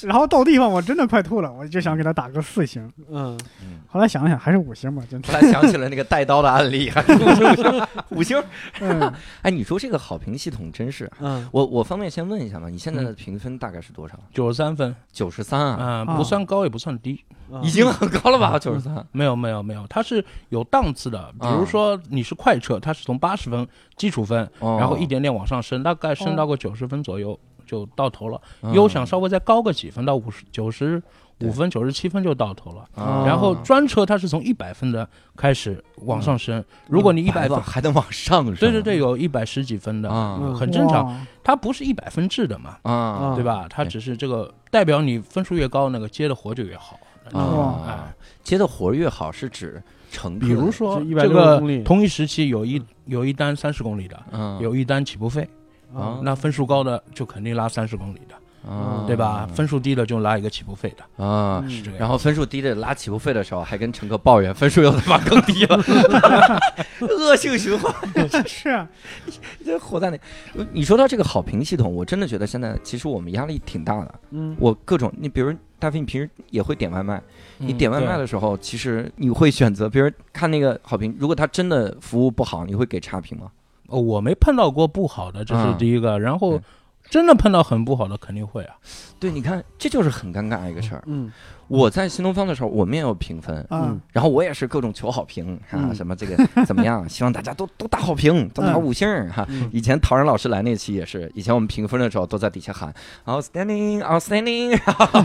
S2: 然后到地方我真的快吐了，我就想给他打个四星，
S4: 嗯，
S2: 后来想了想还是五星吧，真
S1: 突
S2: 的，
S1: 然想起了那个带刀的案例， 还是五星 五星。
S2: 嗯，
S1: 哎，你说这个好评系统真是，
S4: 嗯，
S1: 我我方便先问一下吗？你现在的
S3: 嗯
S1: 评分大概是多少？
S3: 九十三分，
S1: 九十三啊，
S3: 嗯、
S2: 啊
S3: 不算高也不算低，
S4: 嗯
S1: 已经很高了吧？九十三，
S3: 没有没有没有，它是有档次的。比
S1: 啊
S3: 如说你是快车，它是从八十分基础分，嗯然
S1: 然
S3: 后一点点往上升，大概升到个九十分左右就到头了。优
S1: 优
S3: 享稍微再高个几分，到五十九十五分、九十七分就到头了。
S4: 哦
S3: 然后专车它是从一百分的开始往上升，如果你一嗯百
S1: 百
S3: 分
S1: 往，还能往上是
S3: 对
S1: 吗
S3: 对对，有一百十几分的，
S1: 啊
S3: 嗯很正常。
S2: 哇。
S3: 它不是一百分制的嘛，
S1: 啊
S3: 嗯对吧？它只是这个代表你分数越高，那个接的活就越好。
S2: 哇
S3: 嗯哎
S1: 啊，接的活儿越好是指乘客
S3: 哦比
S1: 的，
S3: 如说
S4: 就
S3: 这
S4: 160
S3: 个
S4: 公里
S3: 同一时期有一有一单三十公里的，
S1: 嗯
S3: 有一单起步费，
S4: 嗯
S1: 啊
S3: 那分数高的就肯定拉三十公里的，
S1: 啊
S3: 嗯对吧？嗯分数低的就拉一个起步费的，
S1: 啊。
S3: 是这个样子。
S1: 然后分数低的拉起步费的时候，还跟乘客抱怨分数又他妈更低 了，恶性循环。
S2: 是啊，
S1: 这活在那，呃你说到这个好评系统，我真的觉得现在其实我们压力挺大的。
S4: 嗯
S1: 我各种，你比如大飞，你平时也会点外卖，你点外卖
S3: 的
S1: 的时候，其实你会选择，比如看那个好评，如果他真的服务不好，你会给差评吗？
S3: 哦，我没碰到过不好的，这是
S1: 嗯
S3: 第一个。然后
S1: 对
S3: 真的碰到很不好的，肯定会啊。
S1: 对，你看，这就是很尴尬一个事儿。
S4: 嗯
S1: 我在新东方的时候，我们也有评分，
S2: 啊
S4: 嗯，
S1: 然后我也是各种求好评啊，
S4: 嗯
S1: 什么这个怎么 样，希望大家都都打好评，都打
S2: 嗯
S1: 五星儿哈。
S4: 嗯
S1: 以前陶然老师来那期也是，以前我们评分的时候都在底下喊 outstanding outstanding，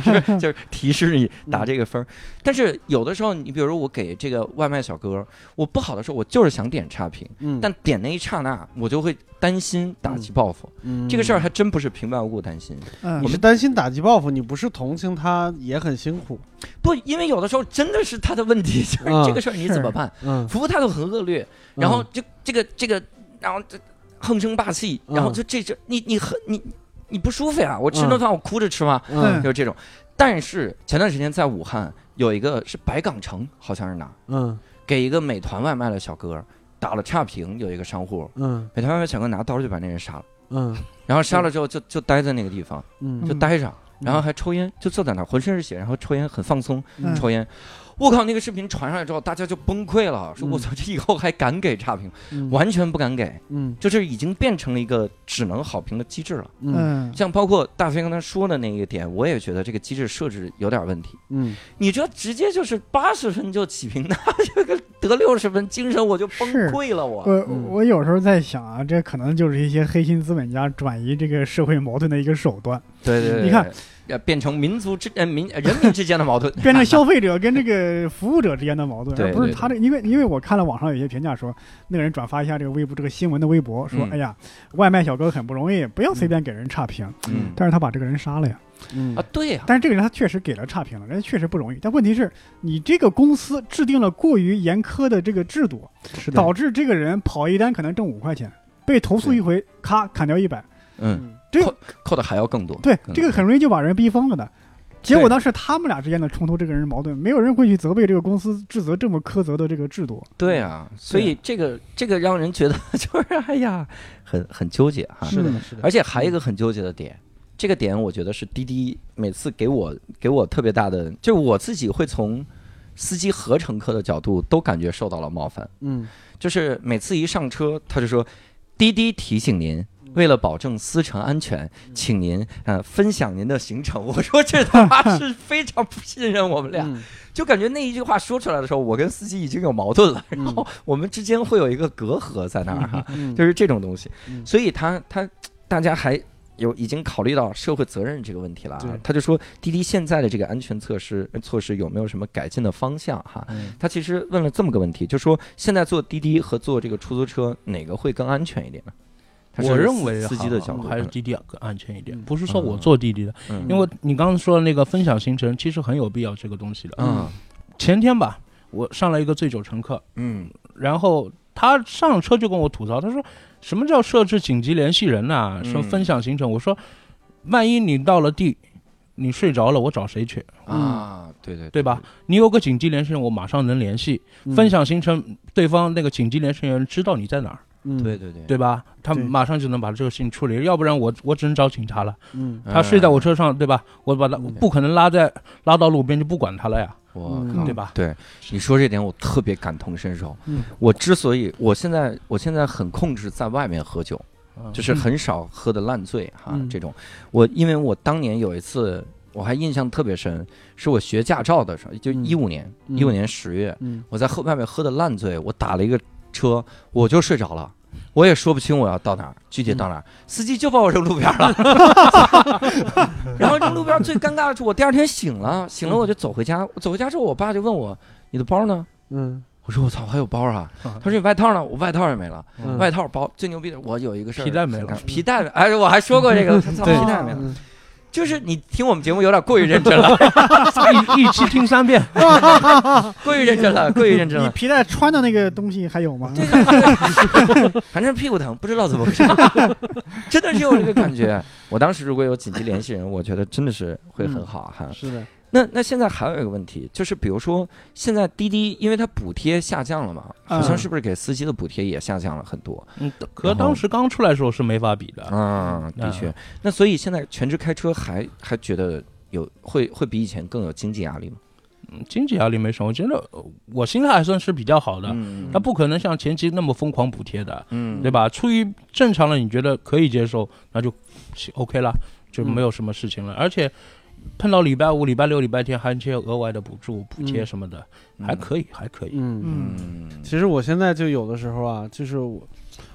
S1: 就是 就是提示你打这个分儿。但是有的时候，你比如说我给这个外卖小哥，我不好的时候，我就是想点差评，
S4: 嗯，
S1: 但点那一刹那，我就会担心打击报复。
S4: 嗯
S1: 这个事儿还真不是平白无故担心，
S2: 嗯
S4: 你是担心打击报复，你不是同情他也很辛苦，
S1: 不，因为有的时候真的是他的问题，就是
S4: 嗯
S1: 这个事儿你怎么办？
S4: 嗯，
S1: 服务态度很恶劣，然后就这个这个，然后这横生霸气，
S4: 嗯
S1: 然后就这这你你很你你不舒服呀？我吃顿饭我哭着吃吗？
S4: 嗯
S1: 就是这种。但是前段时间在武汉有一个是白港城，好像是哪儿
S4: 嗯
S1: 给一个美团外卖的小哥打了差评，有一个商户，
S4: 嗯
S1: 美团外卖小哥拿刀就把那人杀了，
S4: 嗯
S1: 然后杀了之后就就待在那个地方
S4: 嗯
S1: 就
S2: 嗯
S1: 待着，
S4: 嗯
S1: 然后还抽烟，就坐在那儿浑身是血，然后抽烟很放松，
S2: 嗯
S1: 抽烟。我靠！那个视频传上来之后，大家就崩溃了，说：“
S4: 嗯
S1: 我操，这以后还敢给差评？
S4: 嗯，
S1: 完全不敢给，
S4: 嗯
S1: 就是已经变成了一个只能好评的机制了。
S4: 嗯
S2: 嗯，
S1: 像包括大飞刚才说的那一点，我也觉得这个机制设置有点问题。
S4: 嗯
S1: 你这直接就是八十分就起评，那这个得六十分，精神我就崩
S2: 是
S1: 溃了我。
S2: 我
S4: 嗯
S2: 我有时候在想啊，这可能就是一些黑心资本家转移这个社会矛盾的一个手段，
S1: 对对对，
S2: 你看，
S1: 呃，变成民族之呃 民呃人民之间的矛盾，
S2: 变成消费者跟这个服务者之间的矛盾，
S1: 对
S2: 而不是
S1: 对
S2: 他这，因为因为我看了网上有些评价说，那个人转发一下这个微博这个新闻的微博，说、
S1: 嗯
S2: 哎呀，外卖小哥很不容易，不要随便给人差评，
S1: 嗯
S2: 但是他把这个人杀了呀，
S4: 嗯
S1: 啊，对呀、
S2: 但是这个人他确实给了差评了，人家确实不容易，但问题是你这个公司制定了过于严苛的这个制度，
S4: 是
S2: 导致这个人跑一单可能挣五块钱，被投诉一回，咔砍掉一百。
S1: 嗯，
S2: 这
S1: 扣扣的还要更多。
S2: 对
S1: 嗯，
S2: 这个很容易就把人逼疯了的。结果当时他们俩之间的冲突，这个人矛盾，没有人会去责备这个公司制责这么苛责的这个制度。
S1: 对啊，所以这个这个让人觉得 就是哎呀，很很纠结哈。
S4: 是的
S2: 嗯
S4: 是的，
S1: 而且还有一个很纠结的点，这个点我觉得是滴滴每次给我给我特别大的，就是我自己会从司机和乘客的角度都感觉受到了冒犯。
S4: 嗯，
S1: 就是每次一上车，他就说：“滴滴提醒您，为了保证司乘安全，请您呃分享您的行程。”我说这他妈是非常不信任我们俩，
S4: 嗯
S1: 就感觉那一句话说出来的时候，我跟司机已经有矛盾了，
S4: 嗯
S1: 然后我们之间会有一个隔阂在那儿哈，
S4: 嗯
S1: 就是这种东西。
S4: 嗯
S1: 所以他他大家还。有已经考虑到社会责任这个问题了啊
S4: 对，
S1: 他就说滴滴现在的这个安全措施措施有没有什么改进的方向哈？
S3: 嗯
S1: 他其实问了这么个问题，就说现在坐滴滴和坐这个出租车哪个会更安全一点呢？他是
S3: 我认为
S1: 司司
S3: 哈
S1: 机的角度
S3: 还是滴滴更安全一点
S4: 嗯，
S3: 不是说我坐滴滴的，
S1: 嗯
S3: 因为你刚刚说的那个分享行程，其实很有必要这个东西的。
S1: 嗯
S3: 前天吧，我上了一个醉酒乘客，
S1: 嗯
S3: 然后他上车就跟我吐槽，他说什么叫设置紧急联系人呐、
S1: 嗯
S3: 什么分享行程？我说，万一你到了地，你睡着了，我找谁去？
S1: 啊，对对
S3: 对吧？你有个紧急联系人，我马上能联系。
S1: 嗯
S3: 分享行程，对方那个紧急联系人知道你在哪儿，
S4: 嗯
S1: 对对对
S3: 对吧？他
S4: 对
S3: 马上就能把这个事情处理，要不然我我只能找警察了。
S4: 嗯
S1: 嗯
S3: 他睡在我车上，对吧？我把他我不可能拉在拉到路边就不管他了呀，
S1: 我
S4: 嗯
S1: 靠
S3: 对吧？
S1: 对你说这点我特别感同身受。
S4: 嗯
S1: 我之所以我现在我现在很控制在外面喝酒，
S3: 嗯
S1: 就是很少喝的烂醉哈
S4: 嗯
S1: 这种。我因为我当年有一次我还印象特别深，是我学驾照的时候，就
S4: 嗯
S1: 一五年
S4: 嗯
S1: 一五年十月，
S4: 嗯
S1: 我在喝外面喝的烂醉，我打了一个车，我就睡着了。我也说不清我要到哪儿，具体到
S4: 嗯
S1: 哪儿，司机就把我扔路边儿 了。然后扔路边儿最尴尬的是，我第二天醒了，醒了我就走回家。我走回家之后，我爸就问我：“你的包呢
S4: 嗯？”
S1: 我说：“我操，我还有包 啊！”他说：“你外套呢？”我外套也没了，
S4: 嗯
S1: 外套包最牛逼的，我有一个事儿，
S3: 皮带没了
S1: 皮带没，哎，我还说过这 个，操，
S4: 对
S1: 皮带没了。
S4: 嗯
S1: 就是你听我们节目有点过于认真 了，
S3: 一一期听三遍，
S1: 过于认真了，过于认真
S2: 你
S1: 了。
S2: 皮带穿的那个东西还有吗？
S1: 这个反正屁股疼，不知道怎么 回事，真的是有这个感觉。我当时如果有紧急联系人，我觉得真的是会很好哈。
S4: 是的，
S1: 那那现在还有一个问题，就是比如说现在滴滴，因为它补贴下降了嘛，
S3: 啊
S1: 好像
S2: 嗯
S1: 是不是给司机的补贴也下降了很多？
S3: 嗯，可当时刚出来的时候是没法比的。
S1: 嗯，的确。那所以现在全职开车还还觉得有会会比以前更有经济压力吗？
S3: 嗯经济压力没什么，我觉得呃我心态还算是比较好的。
S1: 嗯
S3: 他不可能像前期那么疯狂补贴的，
S1: 嗯
S3: 对吧？出于正常了，你觉得可以接受，那就 OK 了，就没有什么事情了。而且碰到礼拜五、礼拜六、礼拜天，还有一些额外的补助、补贴什么的，还可以，还可以。
S4: 嗯，
S2: 嗯，
S1: 嗯
S4: 其实我现在就有的时候啊，就是我，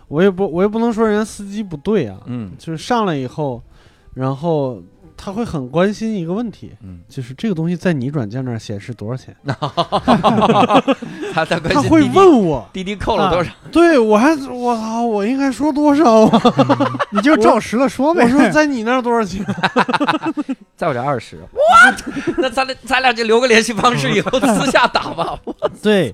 S4: 我也不，我也不能说人家司机不对啊，
S1: 嗯
S4: 就是上来以后，然后他会很关心一个问题，
S1: 嗯，
S4: 就是这个东西在你转账那儿显示多少钱，
S1: 他他关
S4: 他
S1: 心
S4: 会
S1: 滴滴
S4: 问我，
S1: 滴滴扣了多少？
S4: 对我还我操，我应该说多少啊？
S2: 你就照实了说呗。
S4: 我说在你那儿多少钱？
S1: 在我这二十。What？那咱俩咱俩就留个联系方式，以后私下打吧。
S4: 嗯 对，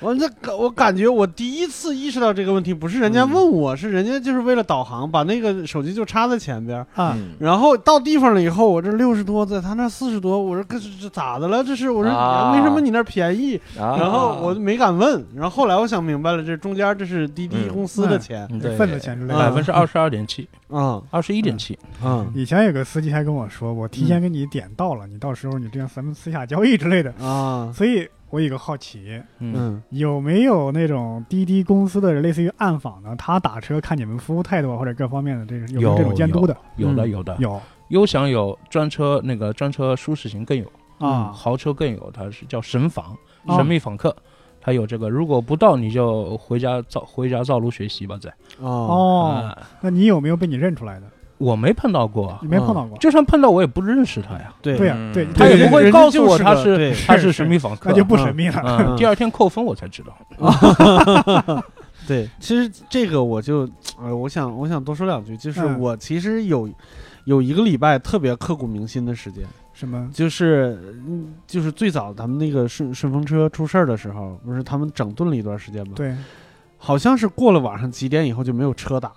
S4: 我这个我感觉我第一次意识到这个问题，不是人
S1: 嗯
S4: 家问我，是人家就是为了导航，把那个手机就插在前边儿，
S2: 啊，
S1: 嗯
S4: 然后到地方了以后，我这六十多，在他那四十多，我说这这咋的了？这是我说、
S1: 啊
S4: 为什么你那儿便宜？然
S1: 然嗯
S4: 后我没敢问，然后后来我想明白了，这中间这是滴滴
S1: 嗯
S4: 公司的钱，
S3: 嗯对，
S2: 份子钱之类
S4: 啊
S3: 百
S2: 的。
S3: 分之二十二点七，
S4: 嗯
S3: 二十一点七，
S4: 嗯
S2: 以前有个司机还跟我说，我提前给你点到了，你到时候你这样咱们私下交易之类的。
S4: 啊
S2: 所以我有个好奇，
S3: 嗯，
S4: 嗯
S2: 有没有那种滴滴公司的类似于暗访呢？他打车看你们服务态度啊或者各方面的这种有没有这种监督的？
S3: 有的
S4: 嗯
S3: 有的，
S2: 有
S3: 优享有专车，那个专车舒适型更有，
S2: 啊，
S3: 豪车更有，它是叫神访，
S2: 哦
S3: 神秘访客，它有这个。如果不到，你就回家造回家造炉学习吧，再。
S4: 哦
S2: 哦，
S3: 啊
S2: 那你有没有被你认出来的？
S3: 我没碰到过啊，
S2: 你没碰到过？
S3: 就算碰到我也不认识他呀，
S4: 对
S2: 对呀
S1: 嗯，
S2: 对，
S3: 啊他也
S4: 人
S3: 不会
S4: 人
S3: 告诉
S4: 就是
S3: 我他
S4: 个对
S3: 是他
S2: 是
S3: 是神秘访客，
S2: 那就不神秘了。
S3: 嗯，第二天扣分我才知道。
S4: 对，其实这个我就，呃，我想我想多说两句，就是
S2: 嗯
S4: 我其实有有一个礼拜特别刻骨铭心的时间，
S2: 什么？
S4: 就是嗯就是最早咱们那个顺顺风车出事儿的时候，不是他们整顿了一段时
S3: 嗯
S4: 间吗？，
S2: 对，
S4: 好像是过了晚上几点以后就没有车打，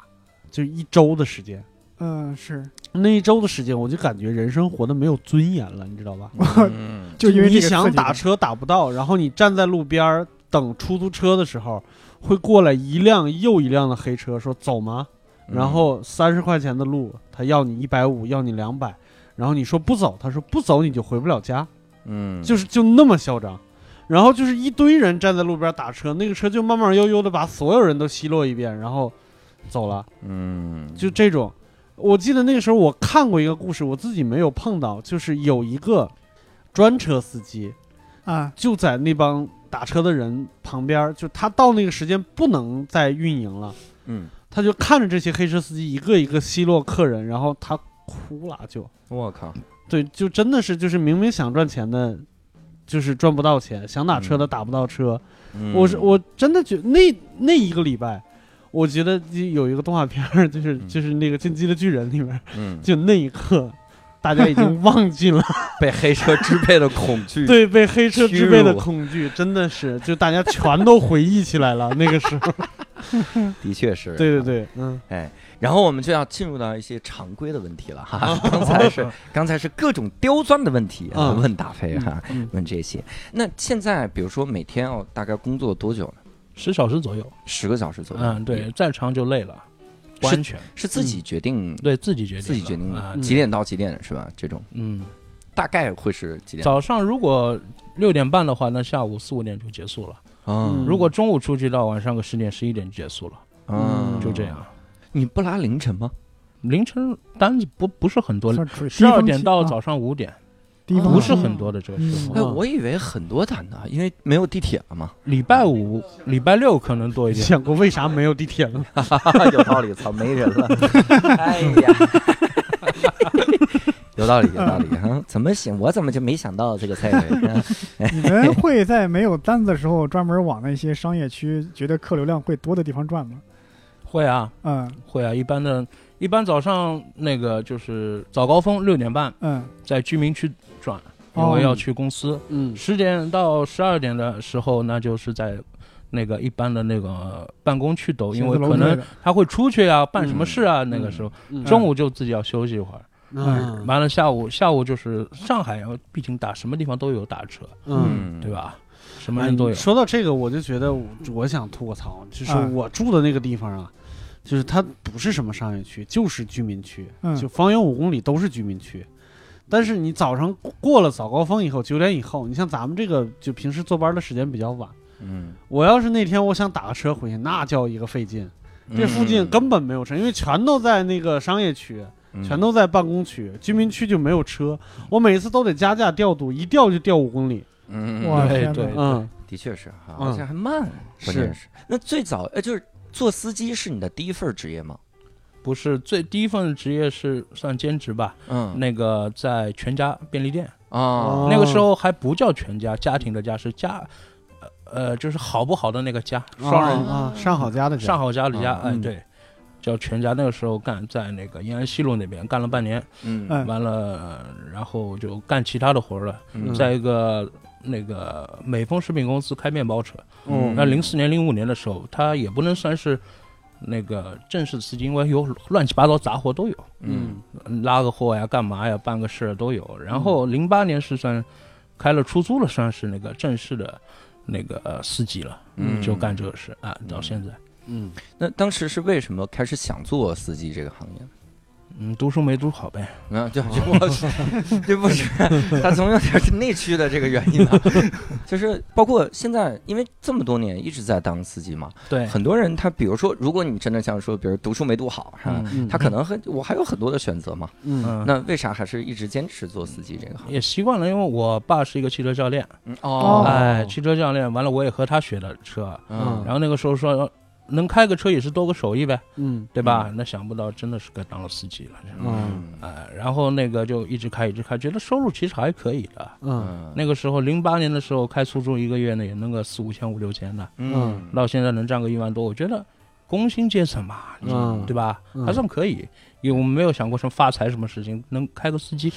S4: 就一周的时间。
S2: 嗯，是，
S4: 那一周的时间，我就感觉人生活的没有尊严了，你知道吧？
S1: 嗯
S2: 就因为这
S4: 你
S2: 个刺
S4: 想
S2: 激
S4: 打
S2: 的
S4: 车打不到，然后你站在路边儿等出租车的时候，会过来一辆又一辆的黑车，说走吗？
S1: 嗯
S4: 然后三十块钱的路，他要你一百五，要你两百，然后你说不走，他说不走你就回不了家，
S1: 嗯
S4: 就是就那么嚣张。然后就是一堆人站在路边打车，那个车就慢慢悠悠的把所有人都奚落一遍，然后走了。
S1: 嗯，
S4: 就这种，我记得那个时候我看过一个故事，我自己没有碰到，就是有一个专车司机
S2: 啊，
S4: 就在那帮打车的人旁边儿，就他到那个时间不能再运营了，
S1: 嗯，
S4: 他就看着这些黑车司机一个一个奚落客人，然后他哭了就，
S1: 我靠，
S4: 对，就真的是就是明明想赚钱的。就是赚不到钱，想打车的打不到车。
S1: 嗯
S4: 我是我真的觉那那一个礼拜，我觉得就有一个动画片儿，就是
S1: 嗯
S4: 就是那个《进击的巨人》里面，
S1: 嗯，
S4: 就那一刻，大家已经忘记了
S1: 被黑车支配的恐惧，
S4: 对被黑车支配
S1: 屈
S4: 的
S1: 辱
S4: 恐惧，真的是，就大家全都回忆起来了。那个时候，
S1: 的确是，
S4: 对对对，嗯，
S1: 哎，然后我们就要进入到一些常规的问题了哈。刚才 是刚才是各种刁钻的问题啊，
S4: 嗯
S1: 问大飞哈，
S4: 嗯
S1: 问这些。那现在比如说每天要大概工作多久呢？
S3: 十小时左右。
S1: 十个小时左右。
S3: 嗯，对，，再长就累了，不
S1: 是
S3: 安全。
S1: 是自己决定，
S3: 对自己决定的，
S1: 自己决定
S3: 啊
S1: 的。几点到几点是吧？这种
S3: 嗯，
S1: 大概会是几点？
S3: 早上如果六点半的话，那下午四五点就结束了；
S1: 嗯
S3: 如果中午出去到晚上个十点、十一点就结束了，
S1: 嗯，
S3: 就这。样。
S1: 你不拉凌晨吗？
S3: 凌晨单子不不是很多，
S2: 算
S3: 十二点
S2: 啊
S3: 到早上五点，
S2: 低峰
S3: 不是
S2: 期
S3: 很多的这个时
S1: 哎，
S3: 候。
S4: 嗯
S1: 我以为很多单的，因为没有地铁了嘛。
S3: 礼拜五、礼拜六可能多一点。
S4: 想过为啥没有地铁了？
S1: 有道理，操，没人 了。哎呀， 有道理，有道理哈。怎么想？我怎么就没想到这个菜 呢？
S2: 你们会在没有单子的时候专门往那些商业区觉得客流量会多的地方转吗？
S3: 会啊，
S2: 嗯
S3: 会啊，一般的，一般早上那个就是早高峰六点半
S2: 嗯，
S3: 在居民区转，因
S2: 哦
S3: 为要去公司。
S4: 嗯
S3: 十点到十二点的时候，那就是在那个一般的那个办公区抖，因
S2: 写
S3: 为
S2: 字楼
S3: 可
S2: 之类
S3: 能
S2: 的
S3: 他会出去啊，办什么事啊。
S1: 嗯
S3: 那个时候，
S4: 嗯
S3: 中午就自己要休息一会儿。
S4: 嗯
S3: 完了，下午下午就是上海，毕竟打什么地方都有打车，
S4: 嗯。
S3: 对？吧？什么
S4: 哎
S3: 人都有。
S4: 说到这个，我就觉得我我想吐个槽，就是
S2: 啊
S4: 我住的那个地方啊，就是它不是什么商业区，就是居民区，
S2: 嗯
S4: 就方圆五公里都是居民区。但是你早上过了早高峰以后，九点以后，你像咱们这个就平时坐班的时间比较晚，
S1: 嗯，
S4: 我要是那天我想打个车回去，那叫一个费劲。
S1: 嗯
S4: 这附
S3: 嗯
S4: 近根本没有车，因为全都在那个商业区，
S1: 嗯
S4: 全都在办公区，居民区就没有车。我每次都得加价调度，一调就调五公里。
S1: 嗯，
S2: 哇
S1: 嗯
S3: 对
S2: 天
S3: 对
S2: 哪
S4: 嗯，
S1: 的确是哈，
S4: 嗯
S1: 而且还慢，关键是。那最早呃，就是做司机是你的第一份职业吗？
S3: 不是最第一份职业是算兼职吧？
S1: 嗯，
S3: 那个在全家便利店，
S1: 啊，
S3: 那个哦时候还不叫全家，家庭的家是家，呃呃，就是好不好的那个家，双人
S4: 啊，啊上好家的家
S3: 上好家里家，
S1: 啊
S3: 哎，
S4: 嗯
S3: 对，叫全家。那个时候干在那个延安西路那边干了半年，
S1: 嗯，
S2: 嗯
S3: 完了，然后就干其他的活儿了，
S1: 嗯
S3: 在一个那个美丰食品公司开面包车。
S4: 嗯
S3: 那零四年、零五年的时候，他也不能算是那个正式司机，因为有乱七八糟杂活都有，
S1: 嗯，
S3: 拉个货呀、干嘛呀、办个事儿都有。然后
S4: 嗯
S3: 零八年是算开了出租了，算是那个正式的那个呃司机了，
S1: 嗯
S3: 就干这个事啊，到现在。
S4: 嗯
S1: 那当时是为什么开始想做司机这个行业呢？
S3: 嗯，读书没读好呗。
S1: 啊，就就我去，这不是， 他总有点是内驱的这个原因 吧，就是包括现在，因为这么多年一直在当司机嘛，
S3: 对，
S1: 很多人他比如说，如果你真的像说，比如读书没读好，哈、
S4: 嗯
S1: 他可能很，我还有很多的选择嘛，
S4: 嗯
S3: 嗯，
S1: 那为啥还是一直坚持做司机这个行业？
S3: 也习惯了，因为我爸是一个汽车教练，
S1: 嗯
S4: 哦
S3: 哎，汽车教练，完了我也和他学的车，
S1: 嗯
S3: 然后那个时候说能开个车也是多个手艺呗，
S4: 嗯
S3: 对吧？那想不到真的是该当了司机了，
S1: 嗯
S3: 哎，然后那个就一直开一直开，觉得收入其实还可以的。
S4: 嗯
S1: 嗯
S3: 那个时候零八年的时候开出租一个月呢也能个四五千五六千的，
S1: 嗯
S3: 到现在能赚个一万多，我觉得工薪阶层嘛，
S4: 嗯
S3: 对吧？
S4: 嗯
S3: 还算可以，因为我们没有想过什么发财什么事情，能开个司机。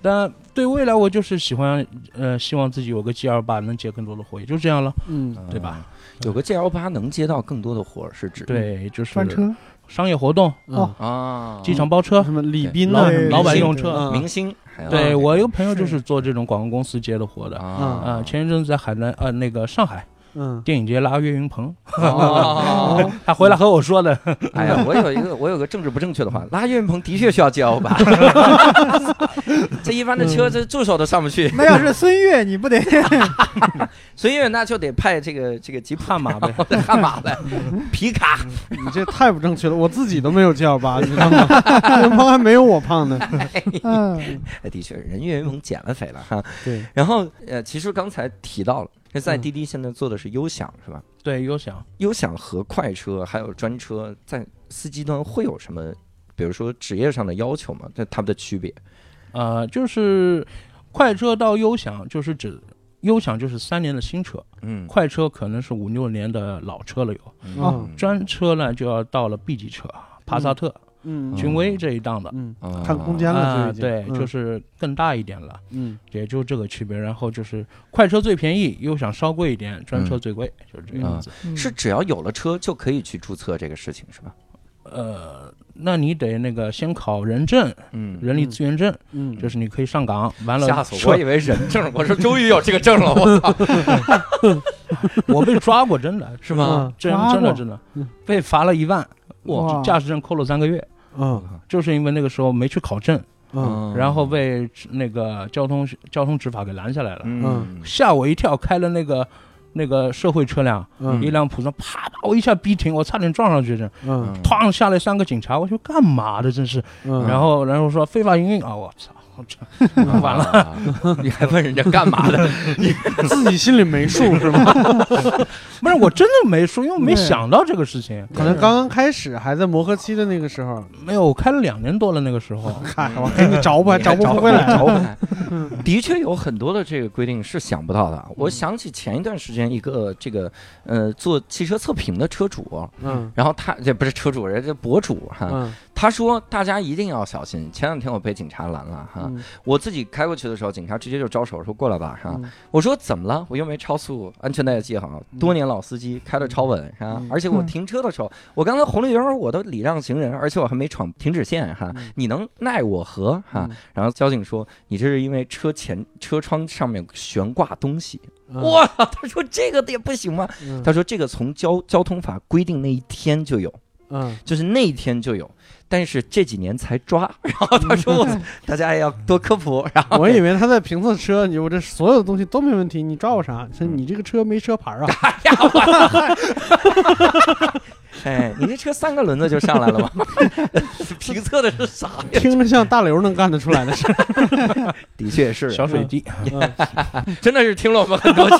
S3: 但对未来，我就是喜欢，呃，希望自己有个 G 二八，能接更多的活，也就这样了。
S4: 嗯
S1: 嗯
S3: 对吧？
S1: 有个 G L 八能接到更多的活儿是指
S3: 对，就是
S2: 专车
S3: 商业活动、
S4: 嗯
S1: 啊，
S3: 机场包车。
S4: 什么礼宾
S3: 哦老
S4: 呐，
S2: 对
S3: 老板
S2: 对
S3: 用
S2: 对
S3: 车
S4: 嗯
S1: 明星，还有
S3: 对我一个朋友就是是做这种广告公司接的活的。
S1: 啊
S3: 啊，前一阵子在海南，呃，那个上海
S4: 嗯
S3: 电影节拉岳云鹏，
S1: 哦
S3: 他回来和我说的，
S1: 哎呀，我有一个我有个政治不正确的话，拉岳云鹏的确需要 G L 吧？ 这一般的车这助手都上不去，
S2: 那要是孙悦，你不得
S1: 所以那就得派这个这个吉普
S3: 悍马 呗，
S1: 悍马来，皮卡。
S4: 你这太不正确了，我自己都没有 G L 八，你知道吗？刘鹏还没有我胖呢。
S2: 嗯
S1: 哎，的确，人岳云鹏减了肥了哈。
S4: 对，
S1: 然后呃，其实刚才提到了，这在
S4: 嗯
S1: 滴滴现在做的是优享是吧？
S3: 对，优享。
S1: 优享和快车还有专车在司机端会有什么，比如说职业上的要求吗？这他们的区别？
S3: 呃，就是快车到优享，就是指优享就是三年的新车，
S1: 嗯
S3: 快车可能是五六年的老车了有，
S4: 哦
S1: 嗯
S3: 专车呢就要到了 B 级车，啊帕萨特、
S4: 嗯
S1: 嗯
S3: 君威这一档的。
S4: 嗯，
S1: 啊
S4: 看空
S3: 啊、
S4: 间了，就已经
S3: 对，
S1: 嗯
S3: 就是是更大一点了，
S4: 嗯
S3: 也就这个区别。然后就是快车最便宜，优享稍贵一点，专
S1: 嗯
S3: 车最贵， 就是这样子。
S2: 嗯
S1: 是只要有了车就可以去注册这个事情是吧？
S3: 呃，那你得那个先考人证，
S1: 嗯
S3: 人力资源证，
S4: 嗯，
S3: 就是你可以上岗，完了
S1: 吓死我！
S3: 社
S1: 我以为人证，我说终于有这个证了，我操，
S3: 我被抓过，真的
S1: 是吗？
S3: 真
S2: 抓
S3: 真的
S2: 过
S3: 真的
S4: 嗯
S3: 被罚了一万，
S2: 哇
S3: 驾驶证扣了三个月，
S4: 嗯
S3: 就是因为那个时候没去考证，
S4: 嗯
S3: 然后被那个交通交通执法给拦下来了，
S1: 嗯
S3: 吓我一跳，开了那个那个社会车辆，一
S4: 嗯
S3: 辆普通，啪把我一下逼停，我差点撞上去，这
S4: 嗯
S3: 哐下来三个警察，我说干嘛的，真是，
S4: 嗯，
S3: 然后然后说非法营运啊，我操，
S1: 嗯，完了，你还问人家干嘛的？
S4: 自己心里没数是吗？
S3: 不是我真的没说，因为我没
S2: 对
S3: 想到这个事情，
S4: 可能刚刚开始还在磨合期的那个时候，
S3: 没有，我开了两年多了那个时候，
S4: 嗨，
S2: 嗯
S4: 我
S3: 哎
S4: 给你找补还找补不回来。 嗯
S1: 找不来。的确有很多的这个规定是想不到的。我想起前一段时间一个这个呃做汽车测评的车主，
S4: 嗯
S1: 然后他这不是车主，人家博主哈，
S4: 嗯
S1: 他说大家一定要小心。前两天我被警察拦了哈，
S4: 嗯
S1: 我自己开过去的时候，警察直接就招手说过来吧哈
S4: 嗯。
S1: 我说怎么了？我又没超速，安全带系好，多年老司机开的超稳哈
S4: 嗯，
S1: 而且我
S2: 嗯
S1: 停车的时候，我刚才红绿灯我都礼让行人，而且我还没闯停止线哈
S4: 嗯，
S1: 你能奈我何哈？然后交警说：“你这是因为车前车窗上面悬挂东西。”
S4: 嗯
S1: 我操！他说这个也不行吗？
S4: 嗯
S1: 他说这个从交交通法规定那一天就有，
S4: 嗯
S1: 就是那一天就有，但是这几年才抓。 然后他说 我：“大家也要多科普。”然后
S4: 我以为他在评测车，你我这所有的东西都没问题，你抓我啥？是你这个车没车牌 啊？
S1: 呀，我 哎，你这车三个轮子就上来了吗？ 评测的是啥呀？
S4: 听着像大刘能干得出来的 事。 嗯
S1: 的确是，
S3: 小水滴，
S1: 真的是听了我们很多 期，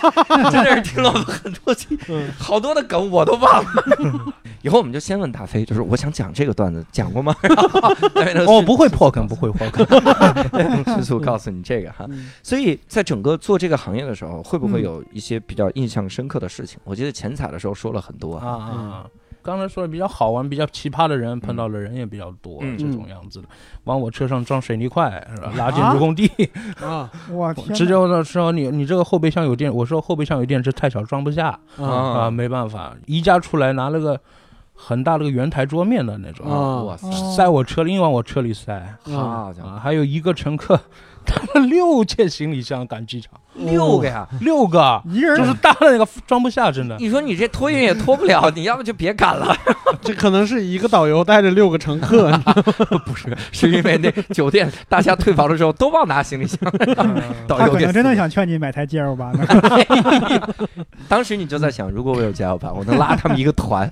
S1: 真的是听了我们很多期。
S4: 嗯
S1: 好多的梗我都忘了。 以后我们就先问大飞，就是我想讲这个段子，讲过吗？
S3: 哦，不会破梗，不会破梗，
S1: 迅速告诉你这个哈。嗯
S4: 嗯
S1: 所以在整个做这个行业的时候，会不会有一些比较印象深刻的事情？我记得前彩的时候说了很多
S3: 啊。啊
S2: 嗯
S3: 啊！刚才说的比较好玩、比较奇葩的人，碰到的人也比较多，
S1: 嗯
S3: 这种样子的，往我车上装水泥块，是吧拉进
S2: 啊
S3: 入工 地，
S4: 啊
S2: 我天哪，
S3: 直接的时候你你这个后备箱有电，我说后备箱有电池太小装不下
S4: 啊
S3: 啊，没办法，移加出来拿了个很大的个圆台桌面的那种，
S4: 啊！
S1: 哇塞，
S2: 哦
S3: 塞我车里，硬往我车里塞
S1: 好家伙，
S3: 啊！还有一个乘客 带了六件行李箱赶机场，
S1: 六个呀！
S3: 六个。
S2: 一个人
S3: 就是大的那个装不下，真的。
S1: 你说你这托运也拖不了，你要不就别赶了，
S4: 这可能是一个导游带着六个乘客，
S1: 是因为那酒店大家退房的时候都忘拿行李箱，导
S2: 他
S1: 游
S2: 可
S1: 给
S2: 能真的想劝你买台 G L 八呢，
S1: 当时你就在想，如果我有加油吧，我能拉他们一个 团。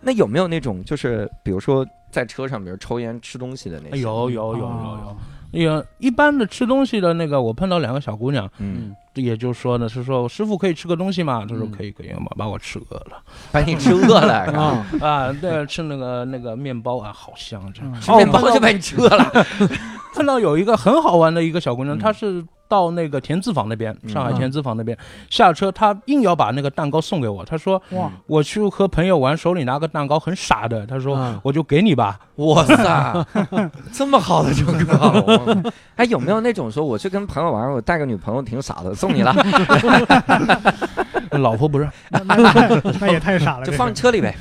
S1: 那有没有那种就是，比如说在车上，比如抽烟、吃东西的那
S3: 哎
S1: 些？
S3: 有有有有
S2: 哦
S3: 有，有一般的吃东西的那个，我碰到两个小姑娘，
S1: 嗯，
S3: 也就说呢，是说师傅可以吃个东西吗？她说
S4: 嗯
S3: 可以可以，妈把我吃饿 了
S1: 把你吃饿了，是吧
S2: 嗯
S4: 啊，
S3: 啊，对，吃那个那个面包啊，好香，这样。
S1: 吃
S4: 哦
S1: 面
S2: 哦
S1: 包就把你吃饿了。
S3: 碰到有一个很好玩的一个小姑娘，
S1: 嗯
S3: 她是到那个田字坊那边，
S1: 嗯
S3: 上海田字坊那边下车，她硬要把那个蛋糕送给我，她说
S2: 哇，
S3: 我去和朋友玩，手里拿个蛋糕，很傻的，她说
S4: 啊
S3: 我就给你吧，
S1: 嗯哇 塞，这么好的乘客！哎，有没有那种说我去跟朋友玩，我带个女朋友挺傻的，送你 了，
S3: 老婆不让，
S2: 那 那那也太傻了，
S1: 就
S2: 这
S1: 放
S2: 个
S1: 车里呗？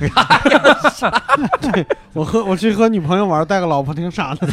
S4: 我和我去和女朋友玩，带个老婆挺傻的。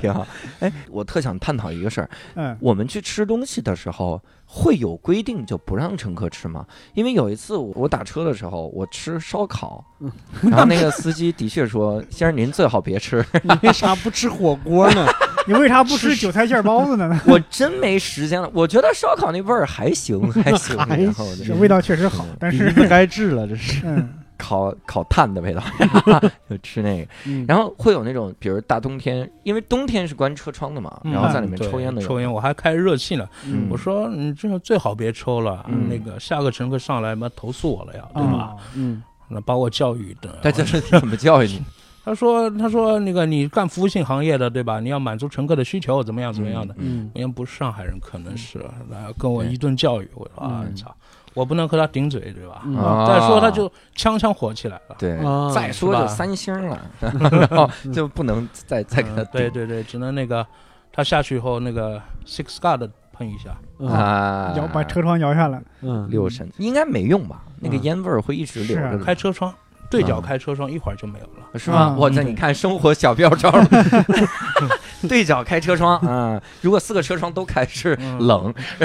S1: 挺好。哎，我特想探讨一个事儿，
S2: 嗯
S1: 我们去吃东西的时候，会有规定就不让乘客吃吗？因为有一次我我打车的时候，我吃烧烤，
S3: 嗯
S1: 然后那个司机的确说：“先生，您最好别吃。
S4: 你为啥不吃火锅呢？
S2: 你为啥不吃韭菜馅儿包子 呢？”
S1: 我真没时间了。我觉得烧烤那味儿还 行，还行。
S4: 还
S1: 然后
S4: 行
S2: 这味道确实好，但
S4: 鼻
S2: 是
S4: 子该治了，这是。
S2: 嗯，
S1: 烤烤炭的味道， 就吃那个。
S4: 嗯
S1: 然后会有那种，比如大冬天，因为冬天是关车窗的嘛，
S4: 嗯
S1: 然后在里面
S3: 对
S1: 抽烟的人，
S3: 抽烟，我还开热气呢。
S1: 嗯
S3: 我说你这个最好别抽了，
S1: 嗯
S3: 那个下个乘客上来嘛投诉我了呀，对吧？
S2: 啊，
S4: 嗯
S3: 那把我教育一顿。
S1: 他这是怎么教育你？
S3: 他说他说那个你干服务性行业的对吧？你要满足乘客的需求，怎么 样怎么样的？
S4: 嗯，
S3: 因为不是上海人，可
S1: 嗯
S3: 能是然后跟我一顿教育，我说啊
S4: 嗯
S3: 操，我不能和他顶嘴对吧？
S4: 嗯
S1: 啊
S3: 再说他就锵锵火起来了。
S1: 对，
S4: 啊
S1: 嗯再说
S3: 嗯是
S1: 就
S3: 吧
S1: 三星 了， 然后就不能再再给他
S3: 嗯对
S1: 顶
S3: 对对，只能那个他下去以后那个 six guard 喷一下，
S4: 啊，
S1: 啊，
S2: 摇把车窗摇下来，
S4: 嗯，
S1: 六神应该没用吧？那个
S3: 嗯
S1: 烟味儿会一直留着
S2: 是啊
S1: 的，
S3: 开车窗对角
S1: 嗯
S3: 开车窗，一会儿就没有了。
S1: 是吗？
S2: 嗯
S1: 哇塞，你看生活小妙招儿， 对角开车窗啊，如果四个车窗都开是
S3: 嗯
S1: 冷，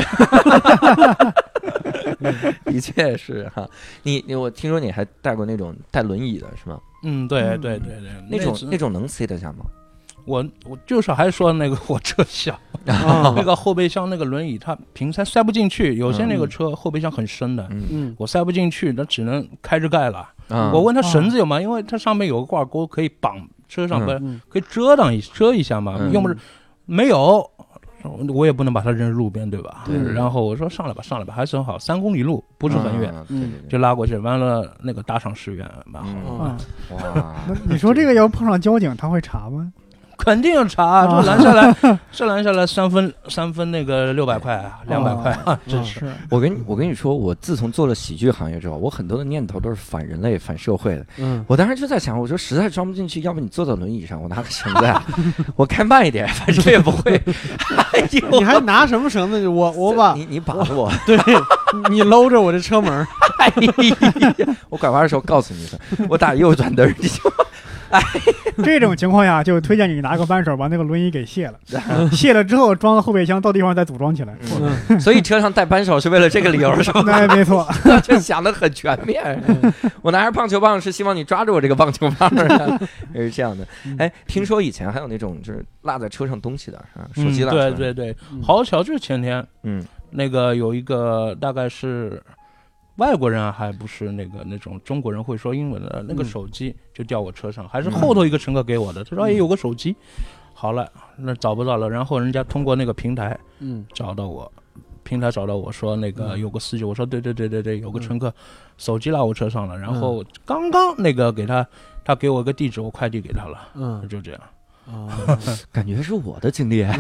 S1: 的确是哈。你你我听说你还带过那种带轮椅的是吗？
S3: 嗯，对对对对，
S1: 那种
S3: 次
S1: 那种能塞得下吗？
S3: 我我就是还说那个 我车小，
S1: 啊
S3: 那 个后备箱那个轮椅它平塞塞不进去，有些那个车后备箱很深的，
S1: 嗯
S4: 嗯
S3: 我塞不进去，那只能开着盖了。
S2: 嗯
S1: 啊，
S3: 我问他绳子有吗？因为它上面有个挂钩，可以绑车上，
S1: 嗯
S3: 不是
S4: 嗯
S3: 可以遮挡一遮一下嘛
S1: 嗯？
S3: 要不是没有，我也不能把它扔路边，对吧？
S1: 对
S3: 然后我说上来吧，上来吧，还是很好，三公里路不是很远，嗯
S1: 啊，对对
S3: 就拉过去，完了那个打赏十元，蛮好。
S1: 嗯
S2: 啊，
S1: 对，哇
S2: 那，你说这个要碰上交警，他会查吗？
S3: 肯定要查，啊这拦下来，这拦下来三分三分那个六百块， 两百块啊，真是。
S2: 嗯是，
S1: 我跟你我跟你说，我自从做了喜剧行业之后，我很多的念头都是反人类、反社会的。
S4: 嗯
S1: 我当时就在想，我说实在装不进去，要不你坐到轮椅上，我拿个绳子啊，我开慢一点，反正也不会。 哎呦，
S4: 你还拿什么绳子？我我把
S1: 你你把着我，
S4: 对你搂着我这车门儿，
S1: 哎呀我拐弯的时候告诉你一声，我打右转灯儿，你就
S2: 这种情况下就推荐你拿个扳手把那个轮椅给卸了，卸了之后装到后备箱，到地方再组装起来。
S3: 嗯
S4: 嗯
S1: 所以车上带扳手是为了这个理由，是吧？
S2: 那没错，
S1: 这想的很全面。我拿着棒球棒是希望你抓住我这个棒球棒的，是这样的。
S3: 嗯
S1: 哎，听说以前还有那种就是落在车上东西的，啊，手机
S3: 嗯
S1: 落车
S3: 对
S1: 上，
S3: 对对，好巧，就是前天
S1: 嗯
S3: 那个有一个大概是外国人啊，还不是那个那种中国人会说英文的，那个
S4: 嗯
S3: 手机就掉我车上，还是
S1: 嗯
S3: 后头一个乘客给我的，他说
S4: 嗯
S3: 哎有个手机，好了，那找不到了，然后人家通过那个平台
S4: 嗯
S3: 找到我。平台找到我说那个
S4: 嗯
S3: 有个司机，我说对对对对对，有个
S4: 嗯
S3: 乘客手机落我车上了，然后
S1: 嗯
S3: 刚刚那个给他，他给我个地址，我快递给他了，
S4: 嗯
S3: 就这样。
S4: 啊，
S1: 感觉是我的经历，啊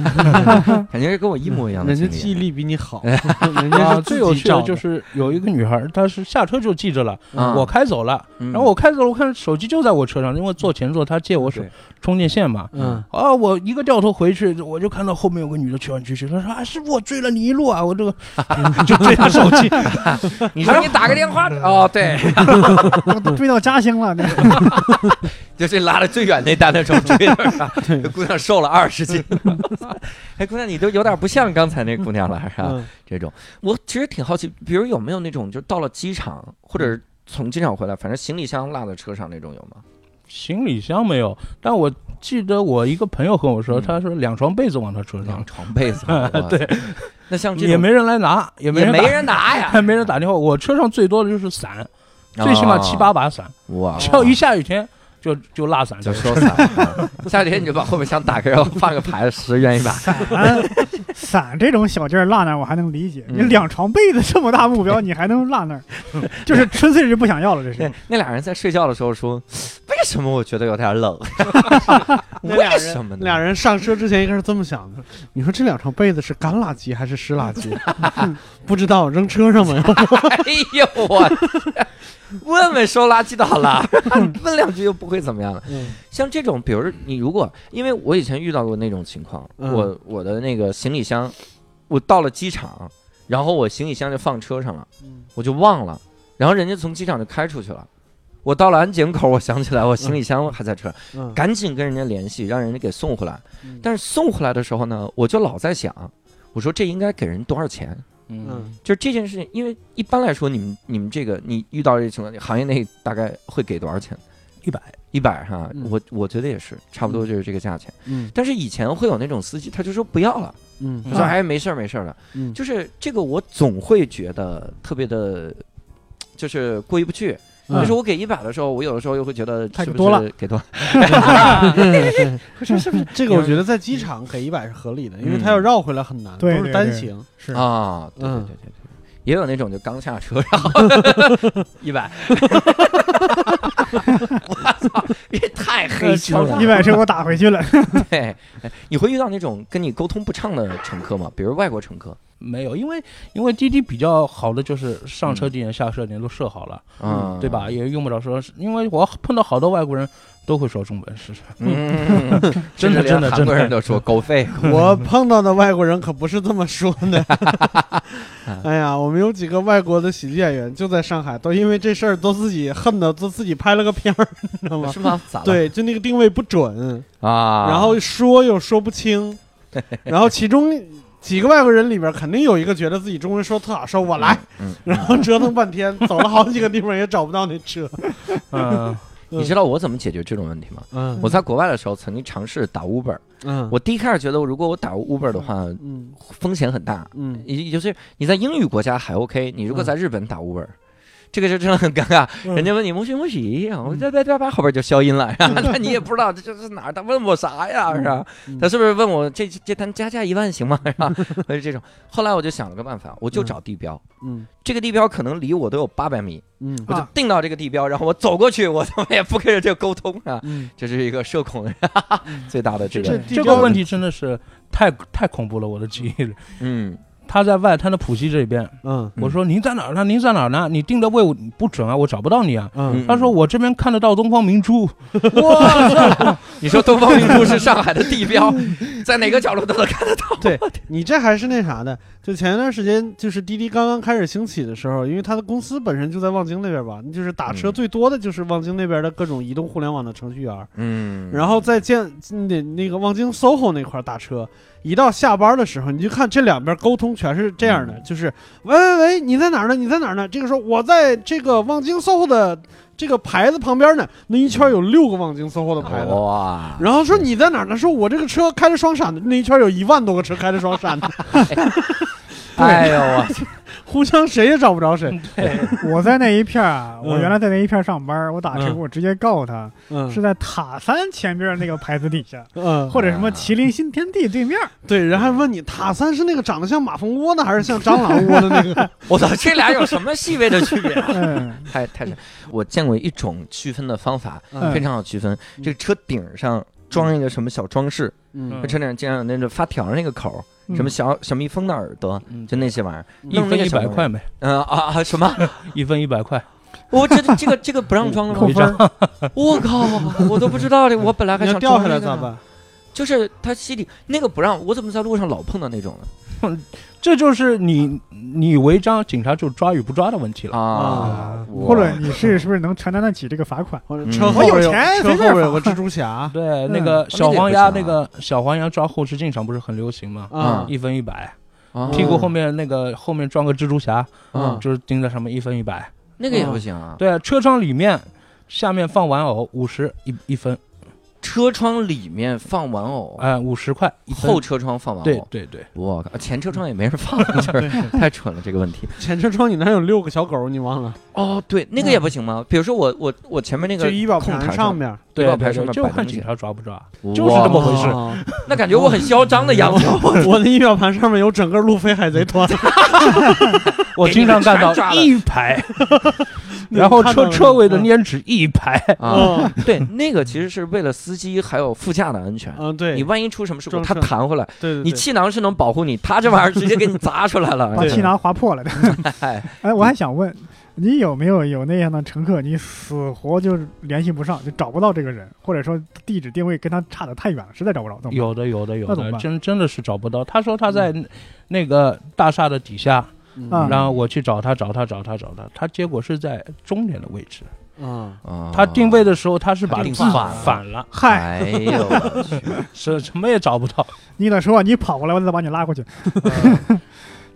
S1: 感觉是跟我一模一样的
S4: 人家
S1: 经
S4: 记忆
S1: 历。
S4: 力比你好，人家
S3: 啊，
S4: 是
S3: 最有趣的就是是有一个女孩，她是下车就记着了，
S1: 啊
S3: 我开走了，
S1: 嗯
S3: 然后我开走了，我看手机就在我车上，因为坐前座，她借我手
S1: 对
S3: 充电线嘛。
S4: 嗯
S3: 啊！我一个掉头回去，我就看到后面有个女的追来追去，她说：“啊，师傅，我追了你一路啊！”我这个就追她手机，
S1: 你说你打个电
S3: 嗯
S1: 话哦，对，
S2: 我都追到嘉兴了，那
S1: 就是拉的最远那单的时候追的，姑娘瘦了二十 斤。哎，姑娘，你都有点不像刚才那姑娘了，是吧？啊
S4: 嗯
S1: 这种，我其实挺好奇，比如有没有那种，就到了机场或者是从机场回来，反正行李箱落在车上那种有吗？
S3: 行李箱没有。但我记得我一个朋友和我说，
S1: 嗯
S3: 他说两床被子往他车上
S1: 两，床被子，嗯啊 对，那像嗯这
S3: 也
S1: 种
S3: 没人来拿，也没
S1: 也
S3: 人
S1: 没
S3: 打，
S1: 人拿 呀，
S3: 还没人打电话。我车上最多的就是伞，
S1: 哦
S3: 最起码七八把伞，
S1: 哇，
S3: 只要一下雨天就就落伞
S1: 哦 就
S3: 就
S1: 收伞， 下雨天你就把后备箱打开，然后放个牌子，十元一 把。
S2: 伞伞这种小劲儿落那儿我还能理解，
S1: 嗯
S2: 你两床被子这么大目标你还能落 那儿，就是纯粹是不想要了，这
S1: 那
S2: 是。
S1: 那俩人在睡觉的时候说：“为什么我觉得有点 冷？
S4: 那俩
S1: 为
S4: 人
S1: 什么呢？”
S4: 俩人上车之前应该是这么想的：你说这两床被子是干垃圾还是湿垃圾？不知道，扔车上吧。
S1: 哎呦我， 问问收垃圾就好 了，问两句又不会怎么样了。
S4: 嗯
S1: 像这种，比如你如果，因为我以前遇到过那种情况，
S4: 嗯
S1: 我我的那个行李箱，我到了机场，然后我行李箱就放车上了，
S4: 嗯
S1: 我就忘了，然后人家从机场就开出去了。我到了安检口，我想起来我行李箱还在车上，
S4: 嗯
S1: 赶紧跟人家联系，让人家给送回来
S4: 嗯。
S1: 但是送回来的时候呢，我就老在想，我说这应该给人多少钱？
S4: 嗯，
S1: 就是这件事情，因为一般来说，你们你们这个你遇到这情况，行业内大概会给多少钱？
S3: 一百
S1: 一百哈，
S4: 嗯
S1: 我我觉得也是，差不多就是这个价钱。
S4: 嗯
S1: 但是以前会有那种司机，他就说不要了，
S4: 嗯
S1: 他说
S3: 啊
S1: 哎没事儿没事儿的，
S4: 嗯，
S1: 就是这个我总会觉得特别的，就是过意不去。
S4: 嗯
S1: 但是我给一百的时候，我有的时候又会觉得
S2: 太
S1: 是不
S2: 多了
S1: 是给多了，
S4: 是是不是？这个我觉得在机场给一百是合理的，因为它要绕回来很难，都
S2: 对
S4: 是
S2: 对
S4: 单
S2: 对
S4: 行。
S2: 是，
S1: 啊？对对
S4: 嗯
S1: 对对对，也有那种就刚下车然后一百，我操，也太黑心了，
S2: 一百车我打回去了，
S1: 对，哎你会遇到那种跟你沟通不畅的乘客吗？比如外国乘客
S3: 没有，因为因为滴滴比较好的就是上
S1: 嗯
S3: 车几点、下车几点都设好了，
S1: 啊，
S3: 嗯对吧？？也用不着说是，因为我碰到好多外国人都会说中文，是是，
S1: 嗯，甚
S3: 真的
S1: 至连
S3: 真的
S1: 韩国
S3: 真的
S1: 人都说狗费，
S4: 我碰到的外国人可不是这么说的。哎呀，我们有几个外国的喜剧演员就在上海，都因为这事儿都自己恨的，都自己拍了个片儿，你知道吗？
S1: 是吗？咋了？
S4: 对，就那个定位不准，
S1: 啊，
S4: 然后说又说不清，然后其中几个外国人里边肯定有一个觉得自己中文说特好，说我来，
S1: 嗯，嗯
S4: 然后折腾半天，走了好几个地方也找不到那车。
S3: 嗯，
S1: 你知道我怎么解决这种问题吗？
S4: 嗯
S1: 我在国外的时候曾经尝试打 Uber，
S4: 嗯
S1: 我第一开始觉得如果我打 Uber 的话，
S4: 嗯
S1: 风险很大，
S4: 嗯
S1: 也也就是你在英语国家还 OK，你如
S3: 嗯
S1: 果在日本打 Uber。这个就真的很尴尬，人家问你“恭喜恭喜”，
S3: 嗯
S1: 我叭叭叭叭后边就消音 了，然后那你也不知道这这是哪儿，他问我啥呀？是吧？
S4: 嗯
S1: 他是不是问我这这单加价一万行吗？ 是吧？我就这种。后来我就想了个办法，我就找地标，
S4: 嗯
S1: 这个地标可能离我都有八百米，
S4: 嗯
S1: 我就
S2: 啊
S1: 定到这个地标，然后我走过去，我 他妈也不跟人家沟通啊，
S4: 嗯，
S1: 这是一个社恐 最大的这
S4: 这
S1: 个，
S4: 地
S3: 嗯这
S4: 标
S3: 个问题真的是太太恐怖了，我的记忆里。
S1: 嗯，
S3: 他在外滩的浦西这边，
S4: 嗯
S3: 我说您在哪儿呢？您在哪儿呢？你定的位置不准啊，我找不到你啊。
S4: 嗯
S3: 他说我这边看得到东方明珠，
S1: 你说东方明珠是上海的地标，在哪个角落都能看得到。
S4: 你这还是那啥的，就前一段时间，就是滴滴刚刚开始兴起的时候，因为它的公司本身就在望京那边吧，就是打车
S1: 嗯
S4: 最多的就是望京那边的各种移动互联网的程序员儿，
S1: 嗯
S4: 然后在建那那个望京 SOHO 那块儿打车，一到下班的时候，你就看这两边沟通全是这样的，
S1: 嗯
S4: 就是喂喂喂，你在哪儿呢？你在哪儿呢？这个时候我在这个望京 SOHO 的这个牌子旁边呢，那一圈有六个望京 SOHO 的牌子。
S1: 哇，
S4: 然后说你在哪儿呢？说我这个车开着双闪的，那一圈有一万多个车开着双闪的，
S1: 哎呦我，
S4: 互相谁也找不着谁。
S2: 我在那一片儿啊，我
S4: 嗯
S2: 原来在那一片儿上班，我打车
S4: 嗯
S2: 我直接告诉他
S4: 嗯
S2: 是在塔山前边那个牌子底下，
S4: 嗯，
S2: 或者什么麒麟新天地对面儿，
S4: 对，人还问你塔三是那个长得像马蜂窝的，还是像蟑螂窝的那个？
S1: 我操，这俩有什么细微的区别啊？
S2: 嗯，
S1: 太太神！我见过一种区分的方法，
S4: 嗯
S1: 非常好区分。
S4: 嗯
S1: 这个车顶上装一个什么小装饰，
S4: 嗯
S1: 车顶上经常有那种发条那个口，
S2: 嗯
S1: 什么小小蜜蜂的耳朵，
S3: 嗯
S1: 就那些玩意儿。
S3: 一
S1: 弄那
S3: 分
S1: 个
S3: 一
S1: 小
S3: 百
S1: 东西
S3: 块没？
S1: 嗯啊啊什么？
S3: 一分一百块，
S1: 我这这个这个不让装了
S2: 扣
S1: 吗？
S2: 分儿，
S1: 我靠，我都不知道这，我本来还
S4: 你要
S1: 想
S4: 掉
S1: 装
S4: 下
S1: 这
S4: 来
S1: 个
S4: 咋
S1: 呢？
S4: 办？
S1: 就是它吸顶那个不让，我怎么在路上老碰到那种呢？
S3: 这就是你你违章，警察就抓与不抓的问题了。
S1: 啊，我
S2: 或者你是是不是能承担得起这个罚款？
S4: 或者
S1: 嗯
S4: 车
S1: 我
S4: 后边
S2: 有钱
S4: 车
S2: 随
S4: 后
S2: 便
S4: 边有
S2: 放
S4: 个蜘蛛侠
S3: 对，那
S2: 嗯
S3: 个小黄
S1: 啊
S3: 鸭，
S1: 那个
S3: 那
S1: 也不行
S3: 个小黄鸭抓后视镜上不是很流行吗？
S4: 啊
S1: 啊，
S3: 一分一百，
S1: 啊
S3: 屁股后面那个后面装个蜘蛛侠，嗯
S1: 啊，
S3: 就是钉在上面一分一百。
S1: 那个也不行啊。
S3: 对，车窗里面下面放玩偶五十一一分，
S1: 车窗里面放玩偶，
S3: 哎，五十块一分
S1: 后。哦车窗放玩
S3: 对
S1: 偶，
S3: 对对，
S1: 我靠，前车窗也没人放，就是太蠢了这个问题。
S4: 前车窗你那儿有六个小狗，你忘了？
S1: 哦，对，那个也不行吗？比如说我我我前面那
S4: 就
S1: 个
S4: 仪表
S1: 空
S4: 盘
S1: 台
S4: 上，面，
S1: 对
S3: 对
S1: 牌
S3: 对
S1: 上
S3: 对，
S1: 面
S3: 就
S1: 摆
S3: 看
S1: 东西
S3: 警察抓不抓。
S1: 就是这么
S3: 回事
S4: 事。
S1: 那感觉我很嚣 张的样子。
S4: 啊我的仪表盘上面有整个路飞海贼团，
S3: 我经常看
S1: 给你们全抓
S3: 到
S1: 了
S3: 一排，然后车车尾的
S4: 嗯
S3: 粘纸一排。
S1: 啊，
S4: 嗯
S1: 对，那个其实是为了司机还有副驾的安全。
S4: 嗯，对，
S1: 你万一出什么事故，
S4: 撞
S1: 他
S4: 车
S1: 弹回来，
S4: 对对，嗯
S1: 你
S4: 对
S1: 气囊是能保护你，他这玩意儿直接给你砸出来了。
S2: 把气囊划破了的。
S1: 哎，
S2: 哎，我还想问，你有没有有那样的乘客，你死活就是联系不上，就找不到这个人，或者说地址定位跟他差的太远了，实在找不着，怎么办？
S3: 有的有的有
S2: 那怎么
S3: 的，
S2: 办
S3: 真真的是找不到。他说他在那个大厦的底下，
S1: 嗯
S2: 啊
S3: 然后我去找他，找他，找他，找他，他结果是在终点的位置。
S4: 嗯
S1: 啊
S3: 他定位的时候，他是把
S1: 他
S3: 字
S1: 定反了
S3: 反了，
S2: 嗨，
S1: 哎呦我去！
S3: 是什么也找不到。
S2: 你得说你跑过来，我再把你拉过去。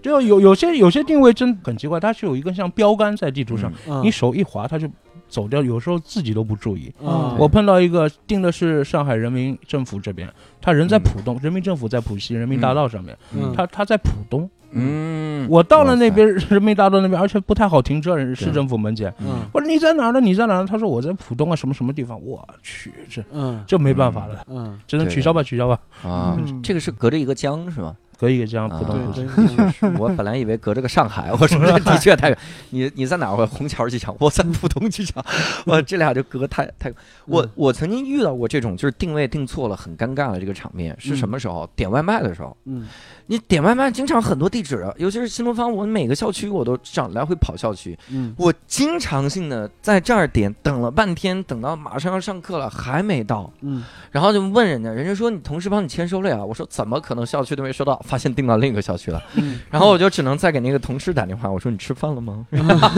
S3: 就有有些有些定位真很奇怪，它是有一个像标杆在地 图上，
S4: 嗯
S3: 你手一滑它就走掉，有时候自己都不注意。
S1: 嗯
S4: 啊
S3: 我碰到一个定的是上海人民政府这边，他人在
S1: 嗯
S3: 浦东，人民政府在浦西人民大道上面，
S4: 嗯
S3: 他他在浦东，
S1: 嗯，
S3: 我到了
S5: 哇
S3: 那
S5: 塞
S3: 边 人民大道那边，而且不太好停车，人市政府门前。
S4: 嗯
S3: 我说你在哪儿呢？你在哪儿呢？他说我在浦东啊，什么什么地方。我去，这
S4: 嗯
S3: 这没办法了，
S4: 嗯，
S3: 只能取消吧，取消吧。
S1: 啊
S2: 嗯，
S1: 这个是隔着一个江是吗？
S3: 可以这样，
S1: 啊
S3: 浦东
S4: 对嗯
S3: 浦西。
S4: 对对，
S1: 我本来以为隔着个上海，我说这的确太远。 你你在哪儿？我虹桥机场，我在浦东机场， 我这俩就隔太太。我
S4: 嗯
S1: 我曾经遇到过这种，就是定位定错了，很尴尬的这个场面是什么时候？点外卖的时候，
S4: 嗯
S1: 你点外卖经常很多地址，啊尤其是新东方，我每个校区我都这样来回跑校区，
S4: 嗯
S1: 我经常性的在这儿点，等了半天，等到马上要上课了还没到，
S4: 嗯
S1: 然后就问人家，人家说你同事帮你签收了呀？我说怎么可能校区都没收到？发现订到另一个校区了。
S4: 嗯
S1: 然后我就只能再给那个同事打电话，我说你吃饭了吗？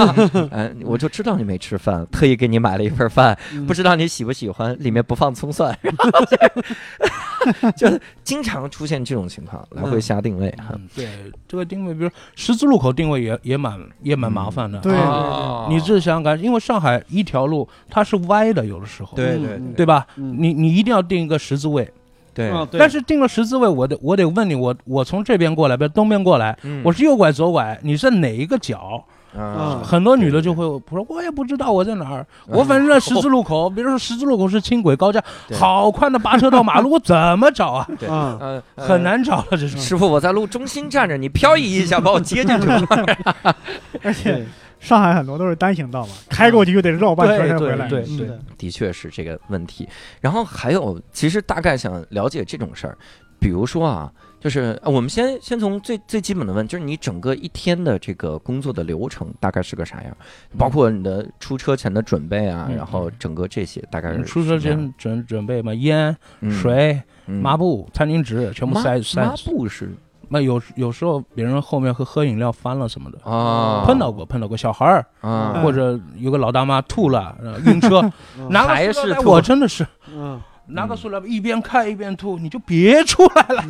S1: 哎，我就知道你没吃饭，特意给你买了一份饭，
S4: 嗯，
S1: 不知道你喜不喜欢，里面不放葱蒜。 然后就就经常出现这种情况，来回瞎定位哈。
S3: 嗯，对，这个定位，比如十字路口定位也也蛮也蛮麻烦的。
S4: 嗯
S3: 嗯
S2: 对
S1: 哦
S3: 你这想想看，因为上海一条路它是歪的，有的时候，
S1: 对
S4: 嗯
S1: 对
S4: 嗯
S3: 对吧？
S4: 嗯
S3: 你你一定要定一个十字位，
S1: 对，
S4: 啊对
S3: 但是定了十字位，我得我得问你，我我从这边过来，比如东边过来，
S1: 嗯
S3: 我是右拐左拐，你是哪一个角？
S1: 啊
S4: 嗯
S3: 很多女的就会说，我也不知道我在哪儿，
S1: 嗯
S3: 我反正在十字 路口，比如说十字路口是轻轨高架，
S1: 对
S3: 好宽的八车道马路，我怎么找啊？
S1: 对
S4: 啊
S1: 呃 呃
S3: 很难找了，这种。
S1: 师傅，我在路中心站着，你漂移一下把我接进去吧。
S2: 而且
S4: 对
S2: 上海很多都是单行道嘛，开过去又得绕半圈才回来。
S3: 对对
S4: 是
S3: 对
S4: 的，
S1: 的确是这个问题。然后还有，其实大概想了解这种事儿，比如说啊，就是呃我们先先从最最基本的问，就是你整个一天的这个工作的流程大概是个啥样，包括你的出车前的准备啊，
S3: 嗯
S1: 然后整个这些大概是
S3: 出车
S1: 什么样
S3: 前准准备嘛，烟、
S1: 嗯
S3: 水、
S1: 嗯
S3: 抹布、餐巾纸全部
S1: 抹
S3: 塞塞
S1: 抹。布啊是
S3: 那有有时候别人后面喝喝饮料翻了什么的，
S1: 啊，
S3: 碰到过碰到过小孩儿
S1: 啊
S2: 嗯
S3: 或者有个老大妈吐了 呃晕车，
S4: 嗯
S3: 拿
S1: 还
S3: 个塑
S1: 是
S3: 料袋，
S1: 吐
S3: 我真的是
S4: 嗯
S3: 拿个塑料袋一边开一边吐，你就别出来 了，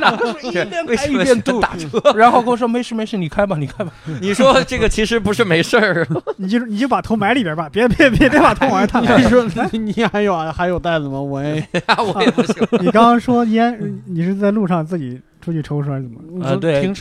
S3: 拿个塑料袋一边
S1: 为
S3: 开
S1: 什
S3: 一
S1: 么
S3: 边
S1: 是
S3: 吐。
S1: 打车？
S3: 然后跟我说没事没事，你开吧你开吧。
S1: 你说这个其实不是没事儿，
S2: 你就你就把头埋里边吧，别别别别把头往外 探。
S4: 你说你你还有啊还有袋子吗？我 也
S1: 我也不 行。
S2: 你刚刚说烟，你是在路上自己出去抽烟怎么？
S3: 呃，对，
S4: 停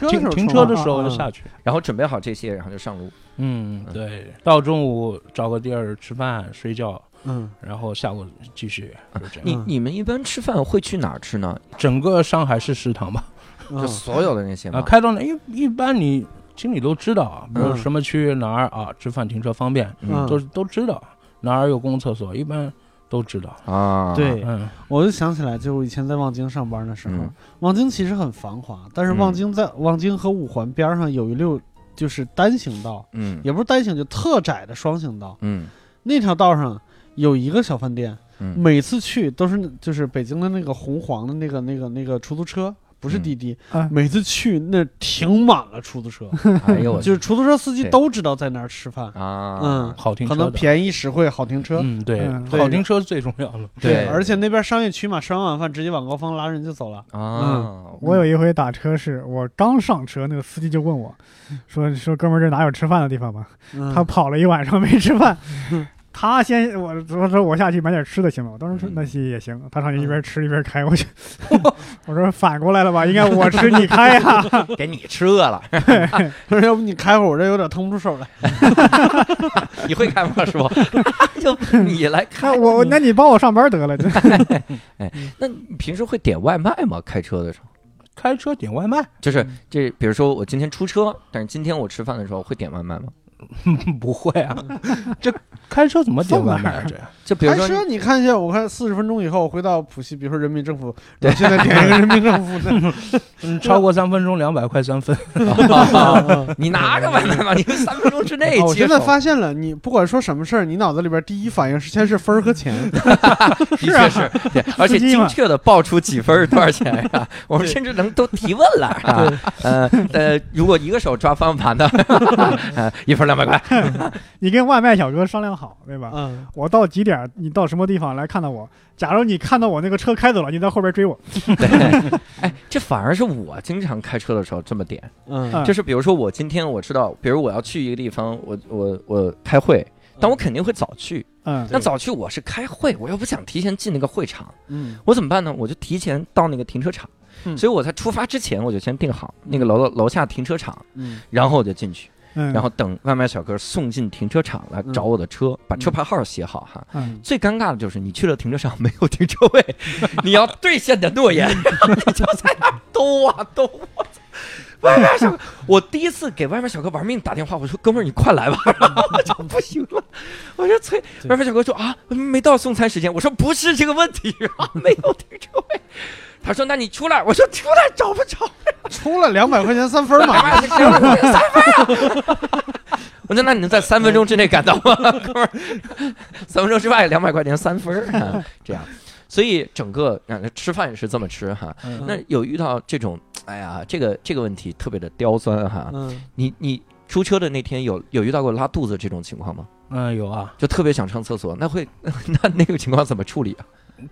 S4: 车的时候
S3: 停停
S4: 抽
S3: 车
S4: 啊
S3: 的时候
S4: 啊
S3: 就下去。
S1: 然后准备好这些，然后就上路。
S3: 嗯，对，到中午找个地儿吃饭睡觉，
S4: 嗯
S3: 然后下午继续，就这样。
S1: 你
S4: 嗯
S1: 你们一般吃饭会去哪儿吃呢？
S3: 整个上海市食堂吧，
S4: 嗯
S1: 就所有的那些
S3: 啊，
S1: 吗？
S3: 开到哪一一般你其实你都知道啊，比如
S4: 嗯
S3: 什么区哪儿啊，吃饭停车方便，
S4: 嗯
S3: 都都知道哪儿有公厕所，一般都知道。
S1: 啊，
S4: 对，
S3: 嗯，
S4: 我就想起来，就是我以前在望京上班的时候，
S1: 嗯
S4: 望京其实很繁华，但是
S3: 嗯
S4: 望京在、望京和五环边上有一溜就是单行道，
S1: 嗯
S4: 也不是单行，就特窄的双行道。
S1: 嗯
S4: 那条道上有一个小饭店，
S1: 嗯
S4: 每次去都是就是北京的那个红黄的那个那个那个出租车，不是滴滴，
S2: 嗯啊
S4: 每次去那停满了出租车，
S1: 哎呦我
S4: 就是出租车司机
S1: 对
S4: 都知道在那儿吃饭，
S1: 啊，
S4: 嗯，
S3: 好停
S4: 可
S3: 车
S4: 能
S3: 的，
S4: 便宜实惠，好停车。
S3: 嗯，对
S2: 嗯，
S4: 对
S3: 好停车是最重要的。
S1: 对，
S4: 而且那边商业区嘛，吃完晚饭直接往高峰拉人就走了。
S1: 啊，
S4: 嗯
S2: 我有一回打车是，我刚上车，那个司机就问我，说说哥们儿这哪有吃饭的地方吗？
S4: 嗯
S2: 他跑了一晚上没吃饭
S4: 嗯，
S2: 他先我我说我下去买点吃的行吗？我当时说
S1: 嗯
S2: 那行也行，他上去一
S4: 嗯
S2: 边吃一边开，我去， 我说反过来了吧，应该我吃你开 呀、
S4: 嗯
S1: 给你吃饿了，
S4: 说 要不你开会儿，我这有点腾不出手来。
S1: 你会开吗，师 傅？ 就你来
S2: 那
S1: 开，
S2: 我那你帮我上班得了，这
S1: 那你平时会点外卖吗？开车的时候，
S3: 开车点外卖
S1: 就是
S4: 嗯
S1: 这，比如说我今天出车，但是今天我吃饭的时候会点外卖吗？
S3: 不会 啊，这开车怎么点外卖啊？
S2: 送
S3: 这样
S1: 就比如
S4: 开
S1: 说
S4: 车你看一下，我看四十分钟以后回到浦西，比如说人民政府，
S1: 对
S4: 我现在点一个人民政府的
S3: 嗯超过三分钟两百块三分。
S4: 啊。
S1: 你拿着外卖吧，你们三分钟之内
S4: 啊我
S1: 接
S4: 现在
S1: 手。
S4: 发现了，你不管说什么事儿，你脑子里边第一反应是先是分儿和钱。
S1: 的确是，对，而且
S2: 啊司机
S1: 精
S2: 嘛
S1: 确的报出几分儿 多少钱呀、我们甚至能都提问了啊。呃呃， 如果一个手抓方向盘的，呃，一分两百块。
S2: 你跟外卖小哥商量好，对吧？
S4: 嗯，
S2: 我到几点，你到什么地方来看到我？假如你看到我那个车开走了，你在后边追我，
S1: 对，哎，这反而是我经常开车的时候这么点，
S4: 嗯
S2: 嗯
S1: 就是比如说我今天我知道，比如我要去一个地方，我我我开会，但我肯定会早去。
S2: 嗯，
S1: 那早去我是开会，我又不想提前进那个会场，
S4: 嗯
S1: 我怎么办呢？我就提前到那个停车场，
S4: 嗯
S1: 所以我在出发之前我就先定好那个楼楼下停车场，
S4: 嗯
S1: 然后我就进去，
S2: 嗯，
S1: 然后等外卖小哥送进停车场来找我的车，把车牌号写好哈。
S2: 嗯，
S1: 最尴尬的就是你去了停车场没有停车位， 你要兑现你的诺言，你就在那儿兜啊兜啊。外卖小哥，我第一次给外卖小哥玩命打电话，我说哥们儿你快来吧， 然后我就不行了，我说催
S4: 对
S2: 嗯
S1: 外卖小哥说啊没到送餐时间，我说不是这个问题，然后没有停车位，他说那你出来，我说出来找不着，
S4: 出了两百块钱三分嘛，
S1: 妈的，三分啊！我说那你能在三分钟之内赶到吗，哥们儿？三分钟之外两百块钱三分儿、啊，这样。所以整个啊，吃饭也是这么吃哈。
S4: 嗯
S1: 那有遇到这种，哎呀，这个这个问题特别的刁钻哈。
S4: 嗯
S1: 你你出车的那天有有遇到过拉肚子这种情况吗？
S3: 嗯，有啊，
S1: 就特别想上厕所，那会 那那个情况怎么处理啊？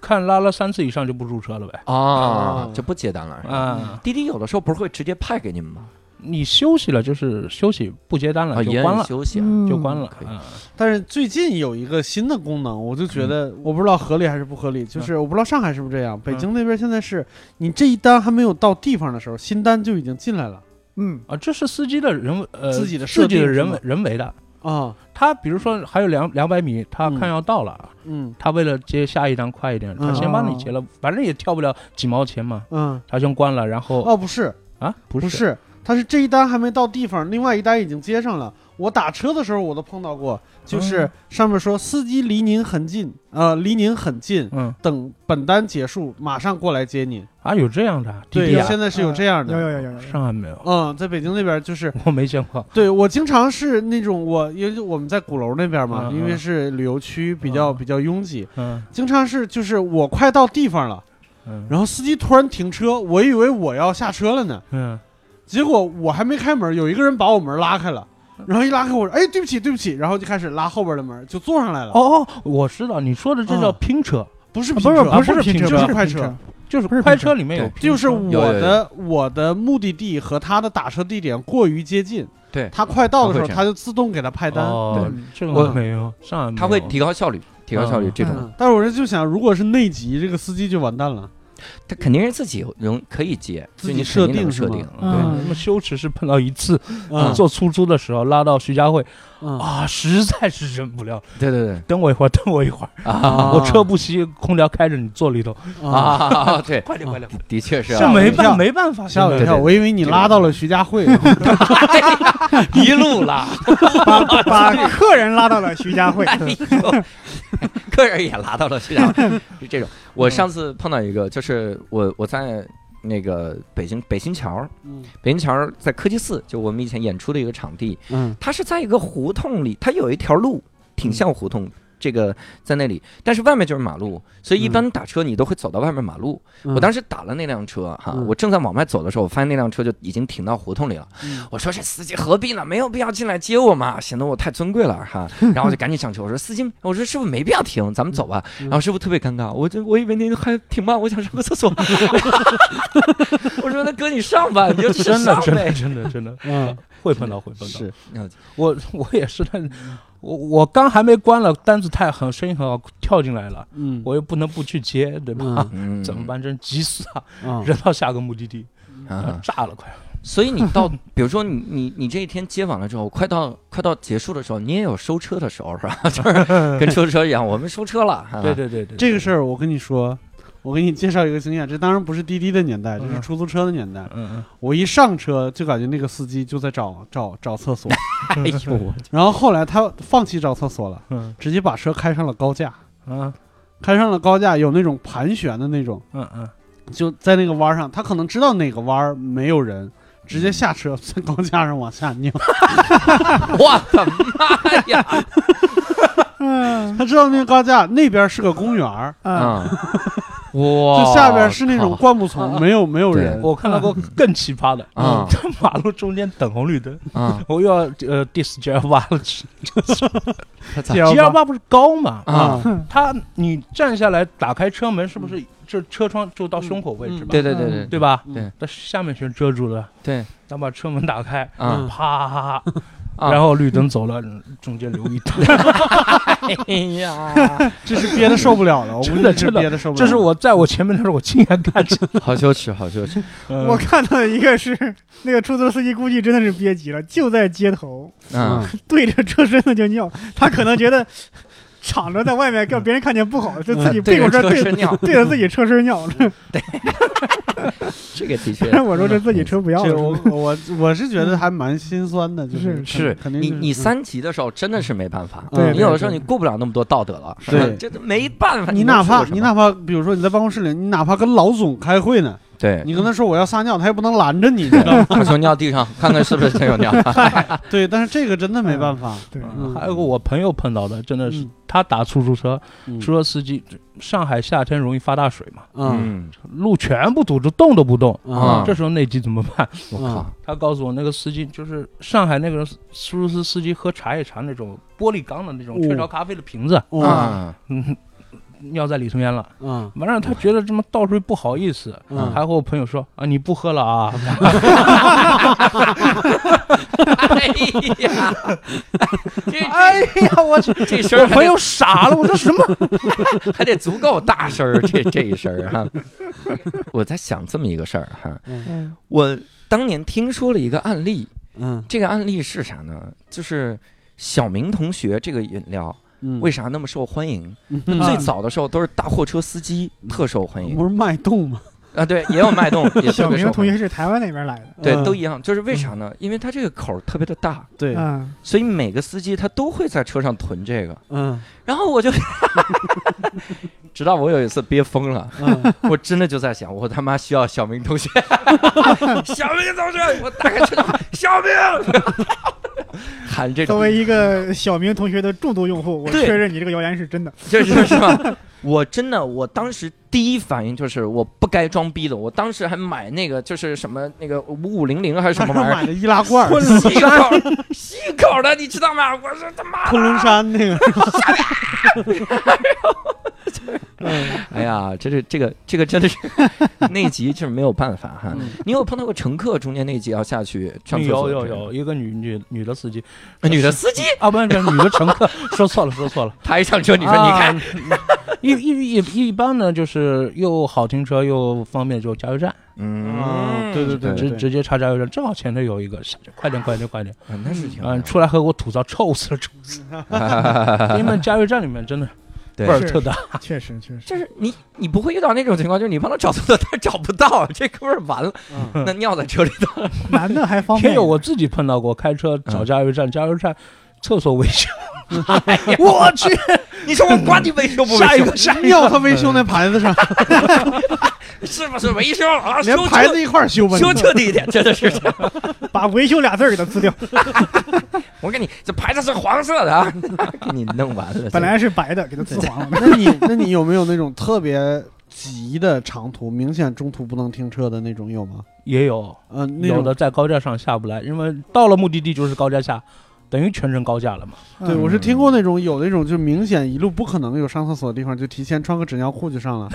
S3: 看拉了三次以上就不驻车了呗。
S1: 啊，就不接单了。
S3: 啊，
S1: 滴滴有的时候不是会直接派给你们吗？
S3: 你休息了就是休息，不接单
S1: 啊，
S3: 了就
S1: 延
S3: 关
S1: 误
S3: 了，
S1: 休息啊。
S2: 嗯
S3: 就关了
S1: 可以。
S3: 嗯
S4: 但是最近有一个新的功能，我就觉得我不知道合理还是不合理，就是我不知道上海是不是这样，北京那边现在是你这一单还没有到地方的时候，新单就已经进来了
S2: 嗯
S3: 啊，这是司机的人为呃
S4: 自己的设
S3: 自己
S4: 定
S3: 的
S4: 是
S3: 人
S4: 吗
S3: 为人为的。
S4: 啊，
S3: 他比如说还有两两百米，他
S4: 嗯
S3: 看要到了，
S4: 嗯
S3: 他为了接下一单快一点，他
S4: 嗯
S3: 先帮你结了，反正也跳不了几毛钱嘛，
S4: 嗯，
S3: 他先关了，然后
S4: 哦不是
S3: 啊不
S4: 不
S3: 是
S4: 是，他是这一单还没到地方，另外一单已经接上了。我打车的时候我都碰到过，就是
S3: 嗯
S4: 上面说司机离您很近，呃离您很近，
S3: 嗯
S4: 等本单结束马上过来接您。
S3: 啊有这样的啊滴
S4: 对
S3: 滴，啊，
S4: 现在是有这样
S2: 有
S4: 的。
S2: 有有有有有，
S3: 上海没有，
S4: 嗯，在北京那边就是
S3: 我没见过。
S4: 对我经常是那种我，因为我们在鼓楼那边嘛，
S3: 嗯嗯
S4: 因为是旅游区，比较、
S3: 嗯
S4: 比较拥挤，
S3: 嗯
S4: 经常是就是我快到地方了，
S3: 嗯
S4: 然后司机突然停车，我以为我要下车了呢，
S3: 嗯，
S4: 结果我还没开门，有一个人把我门拉开了，
S3: 嗯
S4: 然后一拉开我说哎对不起对不起，然后就开始拉后边的门，就坐上来了，
S3: 哦哦，我知道你说的这叫
S4: 嗯
S3: 拼车，
S4: 不是
S2: 不
S4: 拼
S2: 是
S4: 车，
S2: 不
S3: 不是
S2: 拼
S3: 拼
S2: 车，
S3: 车
S2: 不
S4: 不是
S2: 拼
S4: 拼车，
S3: 就是
S2: 不是
S3: 快
S2: 拼车
S3: 车里面有
S1: 对
S3: 拼
S4: 就是
S3: 车
S4: 我
S1: 有有有
S4: 的我的目的地和他的打车地点过于接近，
S1: 对
S4: 他快到的时候
S1: 他会这样
S4: 他就自动给他派单，
S3: 哦
S2: 嗯，
S3: 这
S1: 我
S3: 个没有，上海没有
S1: 他会提高效率，提高效率
S3: 嗯
S1: 这种。
S4: 嗯但是我这就想，如果是内急，这个司机就完蛋了。
S1: 他肯定是自己容可以接，
S4: 自
S1: 就你
S4: 己
S1: 肯定能
S4: 设
S1: 设
S4: 定是
S1: 定
S4: 吗。
S2: 嗯
S3: 对，那么羞耻是碰到一次，
S4: 嗯
S3: 坐出租的时候拉到徐家汇
S4: 嗯
S3: 啊，实在是忍不了，
S1: 对对对
S3: 等我一会儿，等我一会儿，
S1: 啊
S3: 我
S4: 嗯
S3: 车不熄，空调开着，你坐里头，
S4: 啊！
S1: 啊！ 对，
S3: 快点快点，
S1: 的确是
S3: 这
S1: 啊，
S3: 没
S4: 吓我一跳
S3: 办没办法，
S4: 嗯吓我一
S3: 真的
S4: 跳，我以为你拉到了徐家汇，
S1: 一路拉，
S2: 把把客人拉到了徐家 汇，
S1: 客哎人也拉到了市场，是这种。我上次碰到一个，就是我我在那个北京北新桥，
S4: 嗯
S1: 北新桥在科技四，就我们以前演出的一个场地，
S4: 嗯
S1: 它是在一个胡同里，它有一条路挺像胡同。这个在那里，但是外面就是马路，所以一般打车你都会走到外面马路。
S3: 嗯
S1: 我当时打了那辆车哈，
S4: 嗯
S1: 我正在往外走的时候，我发现那辆车就已经停到胡同里了。
S4: 嗯
S1: 我说这司机何必呢？没有必要进来接我嘛，显得我太尊贵了哈。然后我就赶紧上车，我说司机，我说师傅没必要停，咱们走吧。
S4: 嗯
S1: 然后师傅特别尴尬，我就我以为您还挺慢，我想上个厕所。 我说那哥你上吧，你就 去
S3: 真的
S1: 上
S3: 真 的
S1: 呗。
S3: 真的真的
S4: 嗯，
S3: 会碰到会碰到，
S4: 是
S3: 我我也是，但我我刚还没关了，单子太狠，声音很好，跳进来了，
S4: 嗯
S3: 我又不能不去接，对
S4: 啊
S3: 吧？
S1: 嗯
S3: 怎么？办？真急死啊！
S4: 嗯
S3: 人到下个目的地，
S1: 啊，
S3: 炸了快！
S1: 所以你到，比如说你你你这一天接完了之后，快到快到结束的时候，你也有收车的时候是吧？ 就是跟出租车一样，我们收车了。哈
S3: 对对对对，
S4: 这个事儿我跟你说，我给你介绍一个经验，这当然不是滴滴的年代，这是
S3: 嗯
S4: 出租车的年代。
S3: 嗯
S4: 我一上车就感觉那个司机就在找找找厕所，
S1: 哎呦我
S4: 然后后来他放弃找厕所了，
S3: 嗯
S4: 直接把车开上了高架，
S3: 嗯啊
S4: 开上了高架，有那种盘旋的那种。
S3: 嗯嗯，
S4: 就在那个弯儿上，他可能知道哪个弯儿没有人，
S1: 嗯
S4: 直接下车在高架上往下尿。
S1: 我的妈呀！
S2: 嗯
S1: 嗯
S4: 他知道那个高架那边是个公园儿，
S2: 啊，
S1: 啊，哇，
S4: 嗯就下边是那种
S1: 靠
S4: 灌木丛，没有没有人。
S3: 我看到过更奇葩的
S1: 嗯
S3: 在马路中间等红绿灯，
S1: 啊，
S3: 我又要呃 diss G L 八了。
S1: 他咋
S3: G L 八不是高嘛？
S4: 嗯
S1: 啊？
S3: 它你站下来打开车门，是不是这车窗就到胸口位置吧？
S1: 对对对对
S3: 对吧？
S1: 嗯对
S3: 但下面全遮住了，
S1: 对
S3: 咱把车门打开，
S4: 嗯
S1: 啊
S3: 啪，
S1: 啊！
S3: 然后绿灯走了，中间留一段。
S1: 哎呀，
S4: 这是憋的受不了了，我估
S3: 真
S4: 计
S3: 的
S4: 是
S3: 真的
S4: 憋的受不了。
S3: 这是我在我前面的时候，我亲眼看见。
S1: 好羞耻，好羞耻！
S2: 我看到一个是那个出租车司机，估计真的是憋急了，就在街头
S4: 嗯
S1: 啊，
S2: 对着车身子就尿，他可能觉得敞着在外面让别人看见不好，就自己背
S1: 对
S2: 过
S1: 着
S2: 车
S1: 车
S2: 对
S1: 身尿，
S2: 对着自己车身尿，
S1: 这个的确
S2: 我说这自己车不要
S4: 这我
S2: 了，
S4: 我我是觉得还蛮心酸的，就是
S2: 是
S1: 是
S4: 肯定
S1: 你
S4: 就是
S1: 你
S4: 嗯
S1: 三级的时候真的是没办法，
S4: 对
S1: 你
S4: 对
S1: 有的时候
S4: 对
S1: 你顾不了那么多道德了，
S4: 对
S1: 是吧这都没办法。
S4: 你
S1: 能
S4: 哪怕
S1: 说什么
S4: 你哪怕比如说你在办公室里，你哪怕跟老总开会呢，
S1: 对，
S4: 你跟他说我要撒尿，他也不能拦着你，你 知道吗？
S1: 我说尿地上看看是不是真有尿。
S4: 对，但是这个真的没办法，
S2: 对，
S4: 嗯
S3: 还有个我朋友碰到的，真的是他打出租车，
S4: 嗯
S3: 出租车司机，上海夏天容易发大水嘛，
S4: 嗯
S3: 路全部堵住，动都不动。
S1: 啊
S3: 这时候内急怎么办？
S1: 我
S4: 嗯
S1: 靠，
S3: 他告诉我，那个司机就是上海那个人出租车司机喝茶叶茶那种玻璃缸的那种
S4: 哦
S3: 雀巢咖啡的瓶子，
S4: 嗯
S1: 啊，
S3: 嗯，尿在里头烟了。
S4: 嗯
S3: 完了，他觉得这么倒水不好意思，
S4: 嗯
S3: 还和我朋友说啊，你不喝 了啊？
S1: 哎呀，
S3: 哎呀， 我去，
S1: 这这声
S3: 我
S1: 儿还
S3: 朋
S1: 得
S3: 友傻了，我说什么？
S1: 还得足够大声儿，这这一声儿哈。 我在想这么一个事儿哈，
S2: 嗯
S1: 我当年听说了一个案例，
S4: 嗯
S1: 这个案例是啥呢？就是小明同学这个饮料
S4: 嗯，
S1: 为啥那么受欢迎？
S4: 嗯
S1: 最早的时候都是大货车司机特受欢迎
S4: 不是脉动吗？
S1: 啊，对，也有脉动，也特
S2: 小
S1: 别
S2: 明
S1: 受
S2: 同
S1: 欢迎
S2: 学。是台湾那边来的，
S1: 对，
S4: 嗯
S1: 都一样，就是为啥呢？因为它这个口儿特别的大，
S4: 对，
S2: 嗯，
S1: 所以每个司机他都会在车上囤这个。
S4: 嗯
S1: 然后我就， 直到我有一次憋疯了，
S4: 嗯
S1: 我真的就在想，我他妈需要小明同 学，小明同学，我打开车窗，小明，喊这
S2: 作
S1: 种，
S2: 为一个小明同学的重度用户，我
S1: 对
S2: 确认你这个谣言是 真的。
S1: 这是是吧？我真的，我当时第一反应就是我不该装逼的，我当时还买那个就是什么那个五五零零还是什么玩意
S4: 买
S1: 儿。
S4: 的易拉罐儿，
S1: 西口，西口的，你知道吗？我说他妈的，
S4: 昆仑山那个，
S1: 哎呀，这是这个这个真 的是内急，就是没有办法哈。你有碰到过乘客中间内急要下去上厕
S3: 有
S1: 所？
S3: 有有，一个女女女的司机，
S1: 呃，女的司 机，
S3: 啊，不是不是女的乘客， 说错了说错了。啊
S1: 她一上 车，你说你看，
S3: 一一一一般呢，就是又好停车又方便，就加油站，
S1: 嗯，
S4: 啊对对
S1: 对
S3: 直直接插加油站。正好前头有一个，下去快点快点快点！
S1: 啊那是挺好
S3: 嗯，出来和我吐槽，臭死了，臭死了！因为加油站里面真的
S1: 对
S3: 味儿特大，
S2: 确实确实，
S1: 就是你，你不会遇到那种情况，就是你帮他找厕所，他找不到，这哥们儿完了，
S4: 嗯
S1: 那尿在车里头。
S2: 男的还方便
S3: 也
S2: 一
S3: 有
S2: 点。
S3: 我自己碰到过，开车找加油站，加油站厕所维修，
S1: 哎呀
S3: 我去，
S1: 你说我管你维修 不维
S3: 下一
S1: 修
S3: 个，下一
S4: 尿
S3: 个，
S4: 他维修那牌子上，
S1: 是不是维修啊？
S4: 连
S1: 修
S4: 牌
S1: 彻
S4: 子一块儿修吧。
S1: 修彻底一点，真的是。
S2: 把维修俩字儿给他撕掉，
S1: 我跟你这牌子是黄色的啊， 给你弄完了。
S2: 本来是白的，给他撕黄了。
S4: 那你那你有没有那种特别急的长途，明显中途不能停车的那种有吗？
S3: 也有
S4: 嗯，那
S3: 有
S4: 种
S3: 的在高架上下不来，因为到了目的地就是高架下，等于全程高架了嘛。
S4: 对我是听过那种有那种就明显一路不可能有上厕所的地方，就提前穿个纸尿裤就上了。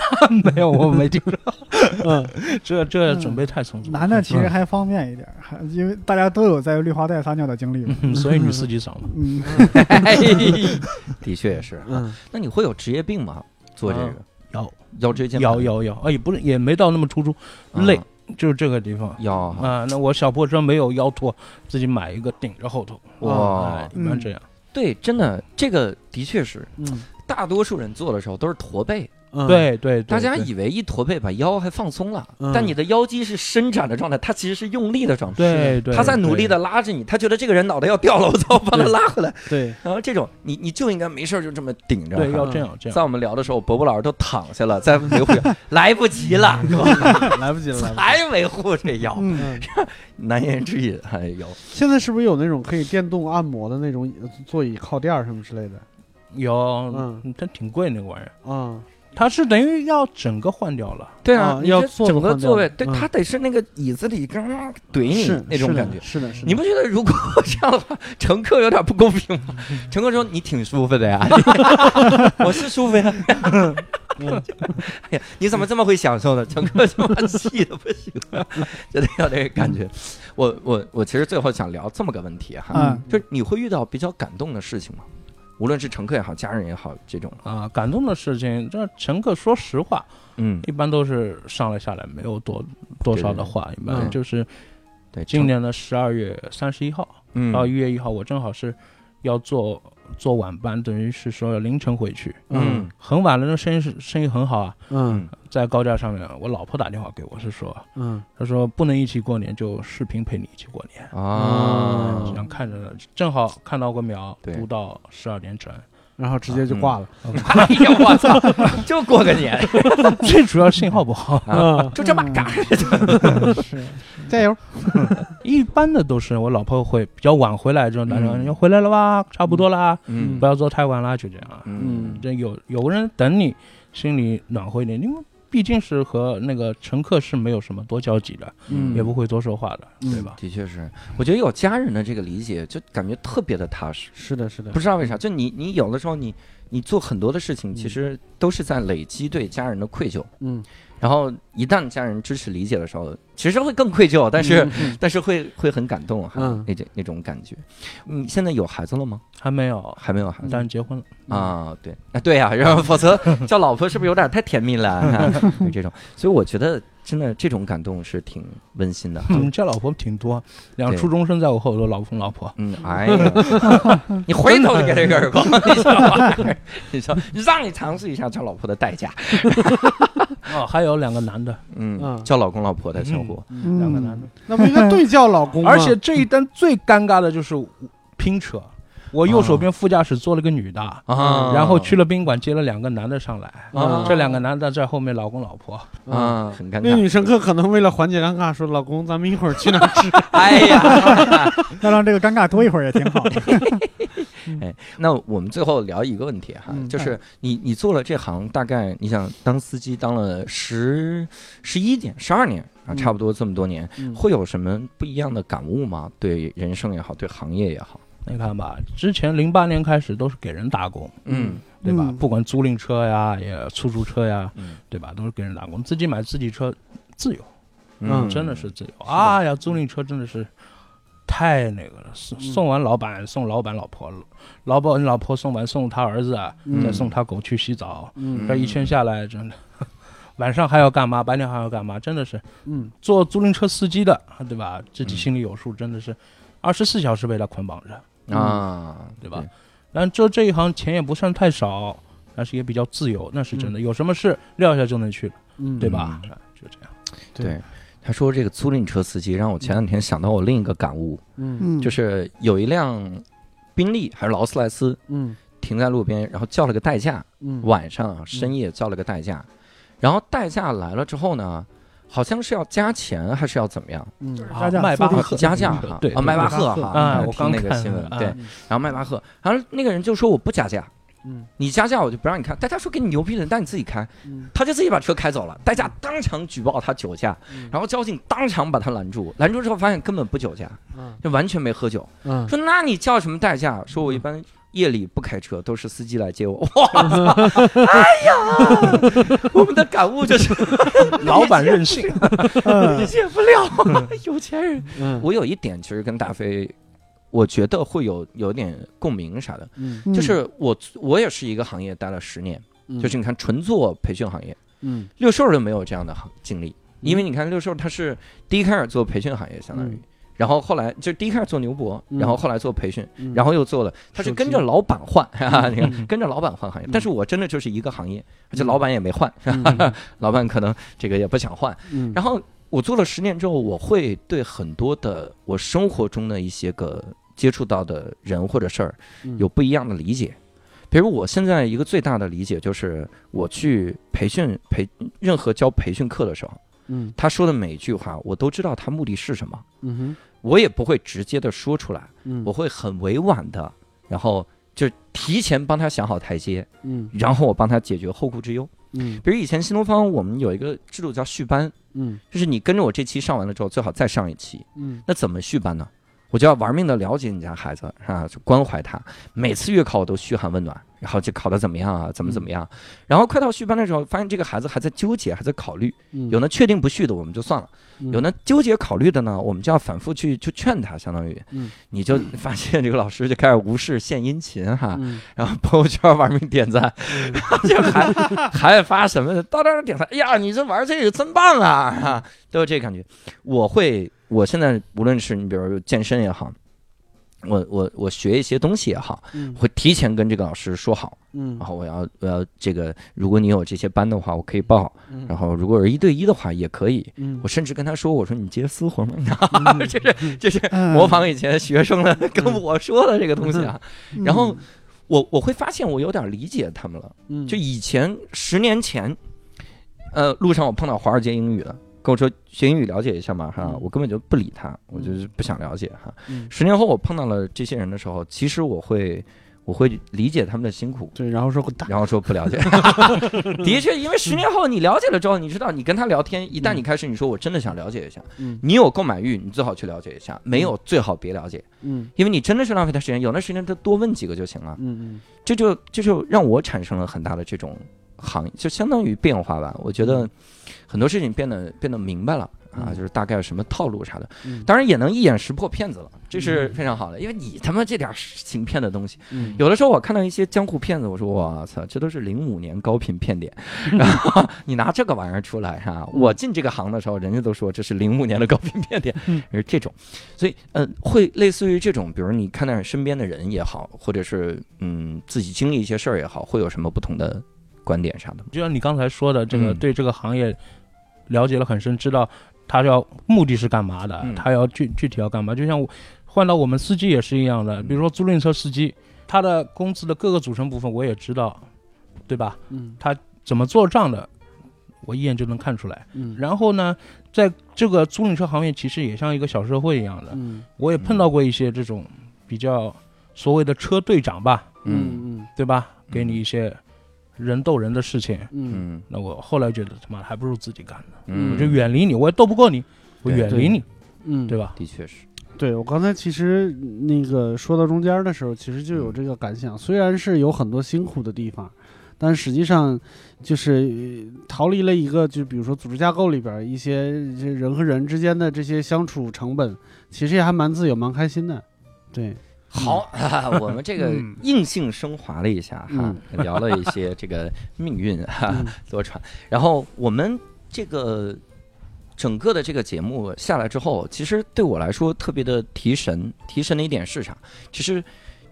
S3: 没有，我没听说。
S4: 嗯，
S3: 这这准备太充足了。
S2: 男的其
S1: 嗯
S2: 实还方便一点，还因为大家都有在绿化带撒尿的经 历嘛。
S3: 嗯，所以女司机少嘛。
S2: 嗯，
S1: 哎的确也是啊。
S4: 嗯啊
S1: 那你会有职业病吗？做这个
S3: 有
S1: 腰椎间盘
S3: 有有有，哎，不是也没到那么突出，
S1: 啊
S3: 累就是这个地方。
S1: 腰哈
S3: 啊，那我小破车没有腰托，自己买一个顶着后头，
S1: 哇
S3: 哎，一般这样。
S1: 对，真的这个的确是
S4: 嗯
S1: 大多数人做的时候都是驼背，
S4: 嗯，
S3: 对对，对
S1: 大家
S3: 对
S1: 以为一驼背把腰还放松了，
S4: 嗯
S1: 但你的腰肌是伸展的状态，它其实是用力的状态。
S3: 对对，
S1: 他在努力的拉着你，他觉得这个人脑袋要掉了，我操，把他
S4: 对
S1: 拉回来。
S4: 对，
S1: 然后这种，你你就应该没事儿就这么顶着。
S3: 对，对
S1: 哈
S3: 要这样这样。
S1: 在我们聊的时候，伯伯老师都躺下了，再维护来不及了，
S4: 来不及了，来不及了。
S1: 还维护这腰，
S4: 嗯，
S1: 难言之隐。哎呦，
S4: 现在是不是有那种可以电动按摩的那种呃座椅靠垫儿什么之类的？
S3: 有，
S4: 嗯
S3: 但挺贵那个玩意儿。
S4: 啊，
S3: 它是等于要整个换掉了。
S1: 对
S4: 啊
S1: 啊，你
S4: 要
S1: 这
S4: 坐
S1: 整
S4: 不
S1: 个
S4: 换
S1: 座位，
S4: 掉
S1: 对
S4: 嗯
S1: 他得是那个椅子里嘎嘎怼
S4: 是
S1: 你那种
S4: 是的
S1: 感觉。
S4: 是的，是的，
S1: 你不觉得如果 这样的话，乘客有点不公平吗？乘客说你挺舒服的呀， 我是舒服呀。嗯 哎呀，你怎么这么会享受呢？乘客他妈气的不行了，真的有那个感 觉。我我我其实最后想聊这么个问题哈，
S2: 嗯
S1: 就是你会遇到比较感动的事情吗？无论是乘客也好，家人也好，这种，
S3: 啊，感动的事情，这乘客说实话，
S1: 嗯，
S3: 一般都是上来下来没有多多少的话，一般
S1: 嗯
S3: 就是
S1: 对，
S3: 今年的十二月三十一号
S1: 嗯
S3: 到一月一号，我正好是要坐坐晚班，等于是说凌晨回去，
S1: 嗯
S3: 很晚了，那生意是生意很好啊，
S4: 嗯
S3: 在高架上面，我老婆打电话给我是说，
S4: 嗯
S3: 她说不能一起过年，就视频陪你一起过年，
S1: 啊
S3: 这样看着正好看到个秒，
S1: 对
S3: 读到十二点整，
S4: 然后直接就挂了。
S1: 哎呀，我操， 就过个年，
S3: 最主要信号不好，
S4: 嗯，
S1: 就这么嘎。
S2: 是
S4: 加油！
S3: 一般的都是我老婆会比较晚回来之后打电话，
S1: 嗯
S3: 你回来了吧，差不多啦，
S1: 嗯
S3: 不要做太晚啦，就这样啊。
S1: 嗯
S3: 这有有个人等你，心里暖和一点，因为毕竟是和那个乘客是没有什么多交集的，
S4: 嗯
S3: 也不会多说话的，
S4: 嗯
S3: 对吧？
S1: 的确是，我觉得有家人的这个理解，就感觉特别的踏实。
S4: 是的，是的
S1: 不，知道
S3: 嗯
S1: 为啥，就你你有的时候你你做很多的事情，其实都是在累积对家人的愧疚。
S4: 嗯，
S1: 然后一旦家人支持理解的时候，其实会更愧疚，但
S3: 嗯
S1: 是、但是会会很感动哈，
S4: 嗯
S1: 那种那种感觉。你现在有孩子了吗？
S3: 还没有，
S1: 还没有孩子。
S3: 但是嗯结婚了，
S1: 啊，对，啊对 呀、然后否 则叫老婆是不是有点太甜蜜了、啊？ 有这种，所以我觉得真的这种感动是挺温馨 的。
S3: 嗯，这老婆挺多，两个
S1: 对
S3: 初中生在我后头，老公老婆。
S1: 嗯，哎呀， 你回头就给他一个耳光，你知道吗？你说让你尝试一下叫老婆的代价，
S3: 哦，还有两个男的，
S1: 嗯，
S4: 嗯
S1: 叫老公老婆的小伙，
S2: 嗯
S3: 两个男的，
S4: 那不应该对叫老公吗？
S3: 而且这一单最尴尬的就是拼车，我右手边副驾驶坐了个女的，
S1: 啊
S3: 然后去了宾馆接了两个男的上来，
S1: 啊
S3: 这两个男的在后面，老公老婆，
S4: 嗯，
S1: 啊，很尴
S4: 那
S1: 尬。
S4: 女乘客可能为了缓解尴尬，说：“老公，咱们一会儿去哪儿 吃
S1: 哎呀，
S2: 那让这个尴尬多一会儿也挺好。
S1: 那我们最后聊一个问题哈，
S4: 嗯
S1: 就是你你做了这行大概你想当司机当了十十一年十二年啊，
S4: 嗯
S1: 差不多这么多年，？”会
S4: 有
S1: 有什么不一样的感悟吗？对人生也好，对行业也好，
S3: 你看吧，之前零八年开始都是给人打工，
S1: 嗯
S3: 对吧？
S2: 嗯
S3: 不管租赁车呀，也出租车呀，
S1: 嗯
S3: 对吧？都是给人打工，自己买自己车，自由，
S4: 嗯
S3: 真的是自由。哎呀，租赁车真的是太那个了，送送完老板，送老板老婆，老板老婆送完送他儿子，啊
S4: 嗯
S3: 再送他狗去洗澡，
S4: 嗯
S3: 这一圈下来真的。 晚上还要干嘛？白天还要干嘛？真的是
S4: 嗯
S3: 做租赁车司机的，对吧？自己
S1: 嗯
S3: 心里有数，真的是二十四小时被他捆绑着。
S1: 啊，
S3: 对吧？但做这一行钱也不算太少，但是也比较自由，那是真的。有什么事撂下就能去了，
S4: 嗯，
S3: 对吧？就这样。
S4: 对
S1: 对，他说这个租赁车司机让我前两天想到我另一个感悟，
S4: 嗯
S2: 嗯，
S1: 就是有一辆宾利还是劳斯莱斯
S4: 嗯
S1: 停在路边，然后叫了个代驾，
S4: 嗯，
S1: 晚上啊深夜叫了个代驾，然后代驾来了之后呢，好像是要加钱还是要怎么样？
S4: 嗯
S3: 啊
S2: 加价
S3: 迈巴
S2: 坐地
S3: 赫嗯
S2: 铁
S1: 加价哈，
S3: 对
S1: 啊，迈巴
S2: 迈
S1: 赫
S2: 巴赫
S1: 哈，
S3: 啊我
S1: 听那
S3: 刚
S1: 个
S3: 看
S1: 新闻
S3: 了啊
S1: 对，然后迈巴赫，然后那个人就说我不加价，
S4: 嗯
S1: 你加价我就不让你开，代驾说给你牛逼的，那你自己开，
S4: 嗯
S1: 他就自己把车开走了，代驾当场举报他酒驾，
S4: 嗯
S1: 然后交警当场把他拦住，拦住之后发现根本不酒驾，
S4: 嗯
S1: 就完全没喝酒，
S4: 嗯，
S1: 说那你叫什么代驾？说我一般夜里不开车，都是司机来接 我。哇操，哎呀，我们的感悟 就是
S3: 老板任性，
S2: 嗯
S1: 理解不了有钱人。
S4: 嗯
S1: 我有一点其实跟大飞，我觉得会有有点共鸣啥的，
S4: 嗯
S2: 嗯
S1: 就是我我也是一个行业待了十年，
S4: 嗯，
S1: 就是你看纯做培训行业，
S4: 嗯
S1: 六兽就没有这样的行经历，因为你看六兽他是第一开始做培训行业，相当于
S4: 嗯。
S1: 然后后来就第一开始做牛博，
S4: 嗯
S1: 然后后来做培训，
S4: 嗯
S1: 然后又做了，他是
S4: 手
S1: 跟
S4: 机
S1: 着老板换， 哈哈，你看
S4: 嗯
S1: 跟着老板换行业
S4: 嗯，
S1: 但是我真的就是一个行业，而且
S4: 嗯
S1: 老板也没换，
S4: 嗯
S1: 哈哈，老板可能这个也不想换。
S4: 嗯
S1: 然后我做了十年之后，我会对很多的我生活中的一些个接触到的人或者事儿
S4: 嗯
S1: 有不一样的理解。比如我现在一个最大的理解就是，我去培训培任何教培训课的时候，
S4: 嗯
S1: 他说的每一句话，我都知道他目的是什么，
S4: 嗯哼
S1: 我也不会直接的说出来。
S4: 嗯
S1: 我会很委婉的，然后就是提前帮他想好台阶，
S4: 嗯
S1: 然后我帮他解决后顾之忧。
S4: 嗯
S1: 比如以前新东方我们有一个制度叫续班，
S4: 嗯
S1: 就是你跟着我这期上完了之后，最好再上一期。
S4: 嗯
S1: 那怎么续班呢？我就要玩命的了解你家孩子啊，就关怀他。每次月考我都嘘寒问暖，然后就考得怎么样啊，怎么怎么样。然后快到续班的时候，发现这个孩子还在纠结，还在考虑。
S4: 嗯，
S1: 有呢确定不续的，我们就算了；
S4: 嗯
S1: 有呢纠结考虑的呢，我们就要反复去去劝他，相当于
S4: 嗯，
S1: 你就发现这个老师就开始无事献殷勤哈，
S4: 嗯
S1: 然后朋友圈玩命点赞， 然后就还还发什么的，到那儿点赞，哎呀，你这玩这个真棒啊啊，都有这个感觉。我会，我现在无论是你比如说健身也好，我我我学一些东西也好，
S4: 嗯
S1: 会提前跟这个老师说好，
S4: 嗯
S1: 然后我要我要这个，如果你有这些班的话，我可以报，
S4: 嗯
S1: 然后如果是一对一的话也可以。
S4: 嗯
S1: 我甚至跟他说：“我说你接私活吗？”
S4: 嗯
S1: 就是就是
S2: 嗯
S1: 模仿以前学生的跟我说的这个东西啊。然后
S2: 嗯
S1: 我我会发现我有点理解他们了。
S4: 嗯
S1: 就以前十年前，呃，路上我碰到华尔街英语的，跟我说学英语了解一下嘛哈
S4: 嗯，
S1: 我根本就不理他，我就是不想了解哈。
S4: 嗯
S1: 十年后我碰到了这些人的时候，其实我会我会理解他们的辛苦，
S4: 对，然后说滚蛋，
S1: 然后说不了解， 的确，因为十年后你了解了之后，你知道你跟他聊天，一旦你开始你说我真的想了解一下，
S4: 嗯
S1: 你有购买欲，你最好去了解一下，没有最好别了解，
S4: 嗯
S1: 因为你真的是浪费他时间，有那时间他多问几个就行了，
S4: 嗯
S1: 这就这就让我产生了很大的这种行业，就相当于变化吧，我觉得很多事情变得变得明白了。啊，
S4: 嗯
S1: 就是大概什么套路啥的，
S4: 嗯，
S1: 当然也能一眼识破骗子了，这是非常好的，因为你他妈这点儿行骗的东西。
S4: 嗯
S1: 有的时候我看到一些江湖骗子，我说我操，这都是零五年高频骗点，然后你拿这个玩意儿出来哈、我进这个行的时候，人家都说这是零五年的高频骗点，是这种，所以呃，会类似于这种，比如你看到身边的人也好，或者是嗯自己经历一些事儿也好，会有什么不同的观点啥的吗？
S3: 就像你刚才说的，这个
S1: 嗯
S3: 对这个行业了解了很深，知道他要目的是干嘛的
S1: 嗯，
S3: 他要具具体要干嘛。就像我换到我们司机也是一样的，
S1: 嗯
S3: 比如说租赁车司机，他的工资的各个组成部分我也知道，对吧？
S4: 嗯
S3: 怎么做账的，我一眼就能看出来。
S4: 嗯，
S3: 然后呢，在这个租赁车行业，其实也像一个小社会一样的，
S4: 嗯
S3: 我也碰到过一些这种比较所谓的车队长吧，
S4: 嗯
S3: 对吧？
S1: 嗯
S3: 给你一些人斗人的事情。
S4: 嗯
S1: 嗯
S3: 那我后来觉得他妈的还不如自己干呢，
S1: 嗯，
S3: 我就远离你，我也斗不过你，我
S1: 对
S3: 远离你，
S4: 嗯，
S3: 对吧？
S1: 的确是，
S4: 对我刚才其实那个说到中间儿的时候，其实就有这个感想。虽然是有很多辛苦的地方，但实际上就是呃逃离了一个，就比如说组织架构里边儿一些这人和人之间的这些相处成本，其实也还蛮自由、蛮开心的。对，
S1: 好，我们这个
S2: 嗯
S1: 硬性升华了一下哈，聊了一些这个命运哈
S4: 嗯
S1: 多舛。然后我们这个整个的这个节目下来之后，其实对我来说特别的提神。提神的一点是啥？其实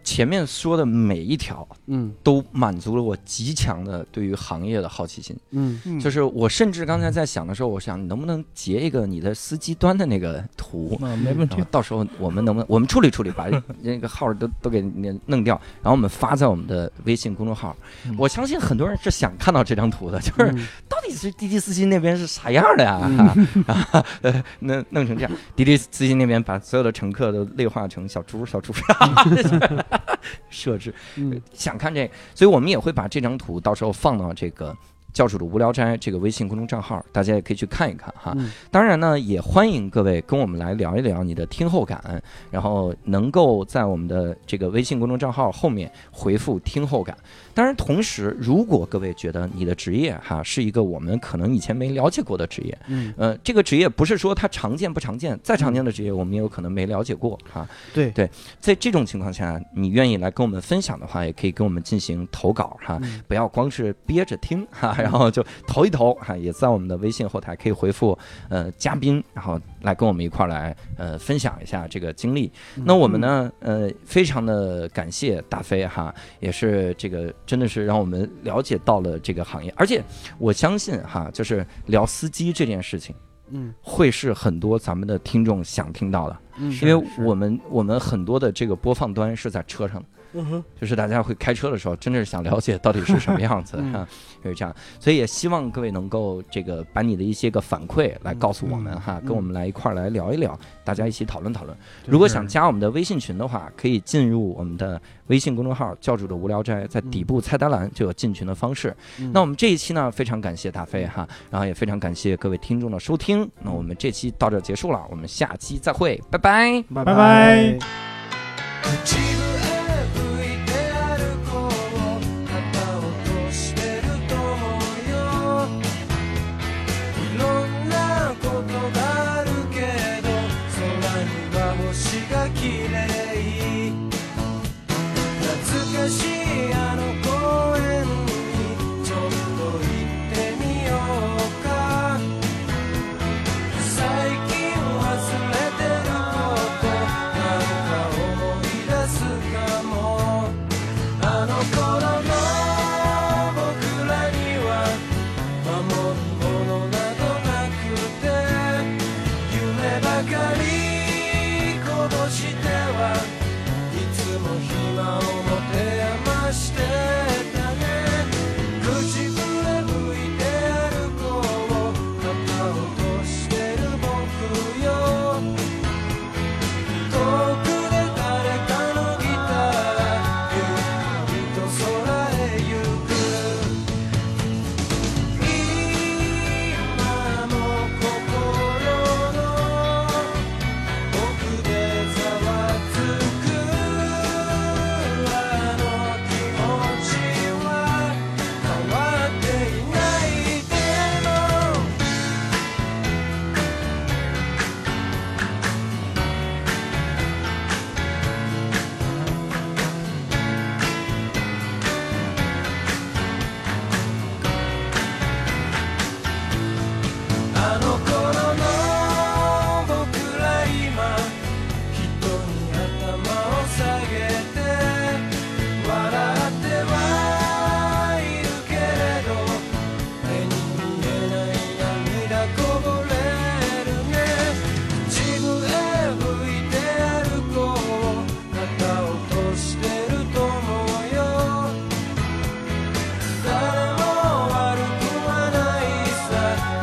S1: 前面说的每一条
S4: 嗯
S1: 都满足了我极强的对于行业的好奇心。
S4: 嗯
S2: 嗯
S1: 就是我甚至刚才在想的时候，我想你能不能截一个你的司机端的那个图，
S3: 那没问
S1: 然
S3: 题
S1: 后。到时候我们能 不能我们处理处理，把那个号儿都都给弄弄掉，然后我们发在我们的微信公众号
S3: 嗯。
S1: 我相信很多人是想看到这张图的，就是
S4: 嗯
S1: 到底是滴滴司机那边是啥样的呀？啊，呃，弄弄成这样，滴滴司机那边把所有的乘客都类化成小猪小猪， 设置
S4: 嗯
S1: 想看这个，所以我们也会把这张图到时候放到这个教主的无聊斋这个微信公众账号，大家也可以去看一看哈。
S4: 嗯
S1: 当然呢，也欢迎各位跟我们来聊一聊你的听后感，然后能够在我们的这个微信公众账号后面回复“听后感”。当然，同时如果各位觉得你的职业哈是一个我们可能以前没了解过的职业，
S4: 嗯，
S1: 呃，这个职业不是说它常见不常见，再常见的职业我们也有可能没了解过哈。
S4: 对
S1: 对，在这种情况下，你愿意来跟我们分享的话，也可以跟我们进行投稿哈，
S4: 嗯
S1: 不要光是憋着听 哈，然后就投一投哈，也在我们的微信后台可以回复呃嘉宾，然后来跟我们一块儿来呃分享一下这个经历。那我们呢，呃，非常的感谢大飞哈，也是这个真的是让我们了解到了这个行业，而且我相信哈，就是聊司机这件事情。
S4: 嗯
S1: 会是很多咱们的听众想听到的，
S4: 嗯，
S1: 因为我们我们很多的这个播放端是在车上的，
S4: 嗯
S1: 就是大家会开车的时候，真的是想了解到底是什么样子
S4: 嗯
S1: 啊，就是这样。所以也希望各位能够这个把你的一些个反馈来告诉我
S4: 嗯
S1: 们哈，跟我们来一块儿来聊一聊，大家一起讨论讨论。如果想加我们的微信群的话，可以进入我们的微信公众号“教主的无聊斋”，在底部菜单栏就有进群的方式。
S4: 嗯
S1: 那我们这一期呢，非常感谢大飞哈，然后也非常感谢各位听众的收听。
S4: 嗯
S1: 那我们这期到这儿结束了，我们下期再会，拜拜。
S4: 拜
S2: 拜拜
S6: 「口笛吹いて歩こう」「旗落としてると思うよ」「いろんなことがあるけど空には星が綺麗懐かしいあの公園にちょっと行ってみようか」最近忘れてることなんか思い出すかもあの頃の僕らには守るものなどなくて夢ばかり殺してはいつも暇を持て余してたね口笛吹いて歩こう肩を落としてる僕よ遠くで誰かのギターゆっくりと空へ行く今も心の奥でざわつくあの気持ちは変わっていないでもあの頃の僕ら今人に頭を下げて笑ってはいるけれど目に見えない涙こぼれるね自分へ向いて歩こう肩を落としてると思うよ誰も悪くはないさ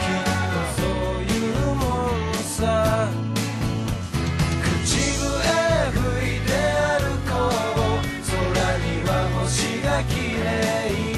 S6: きっとそういうもんさ口笛吹いて歩こう空には星が綺麗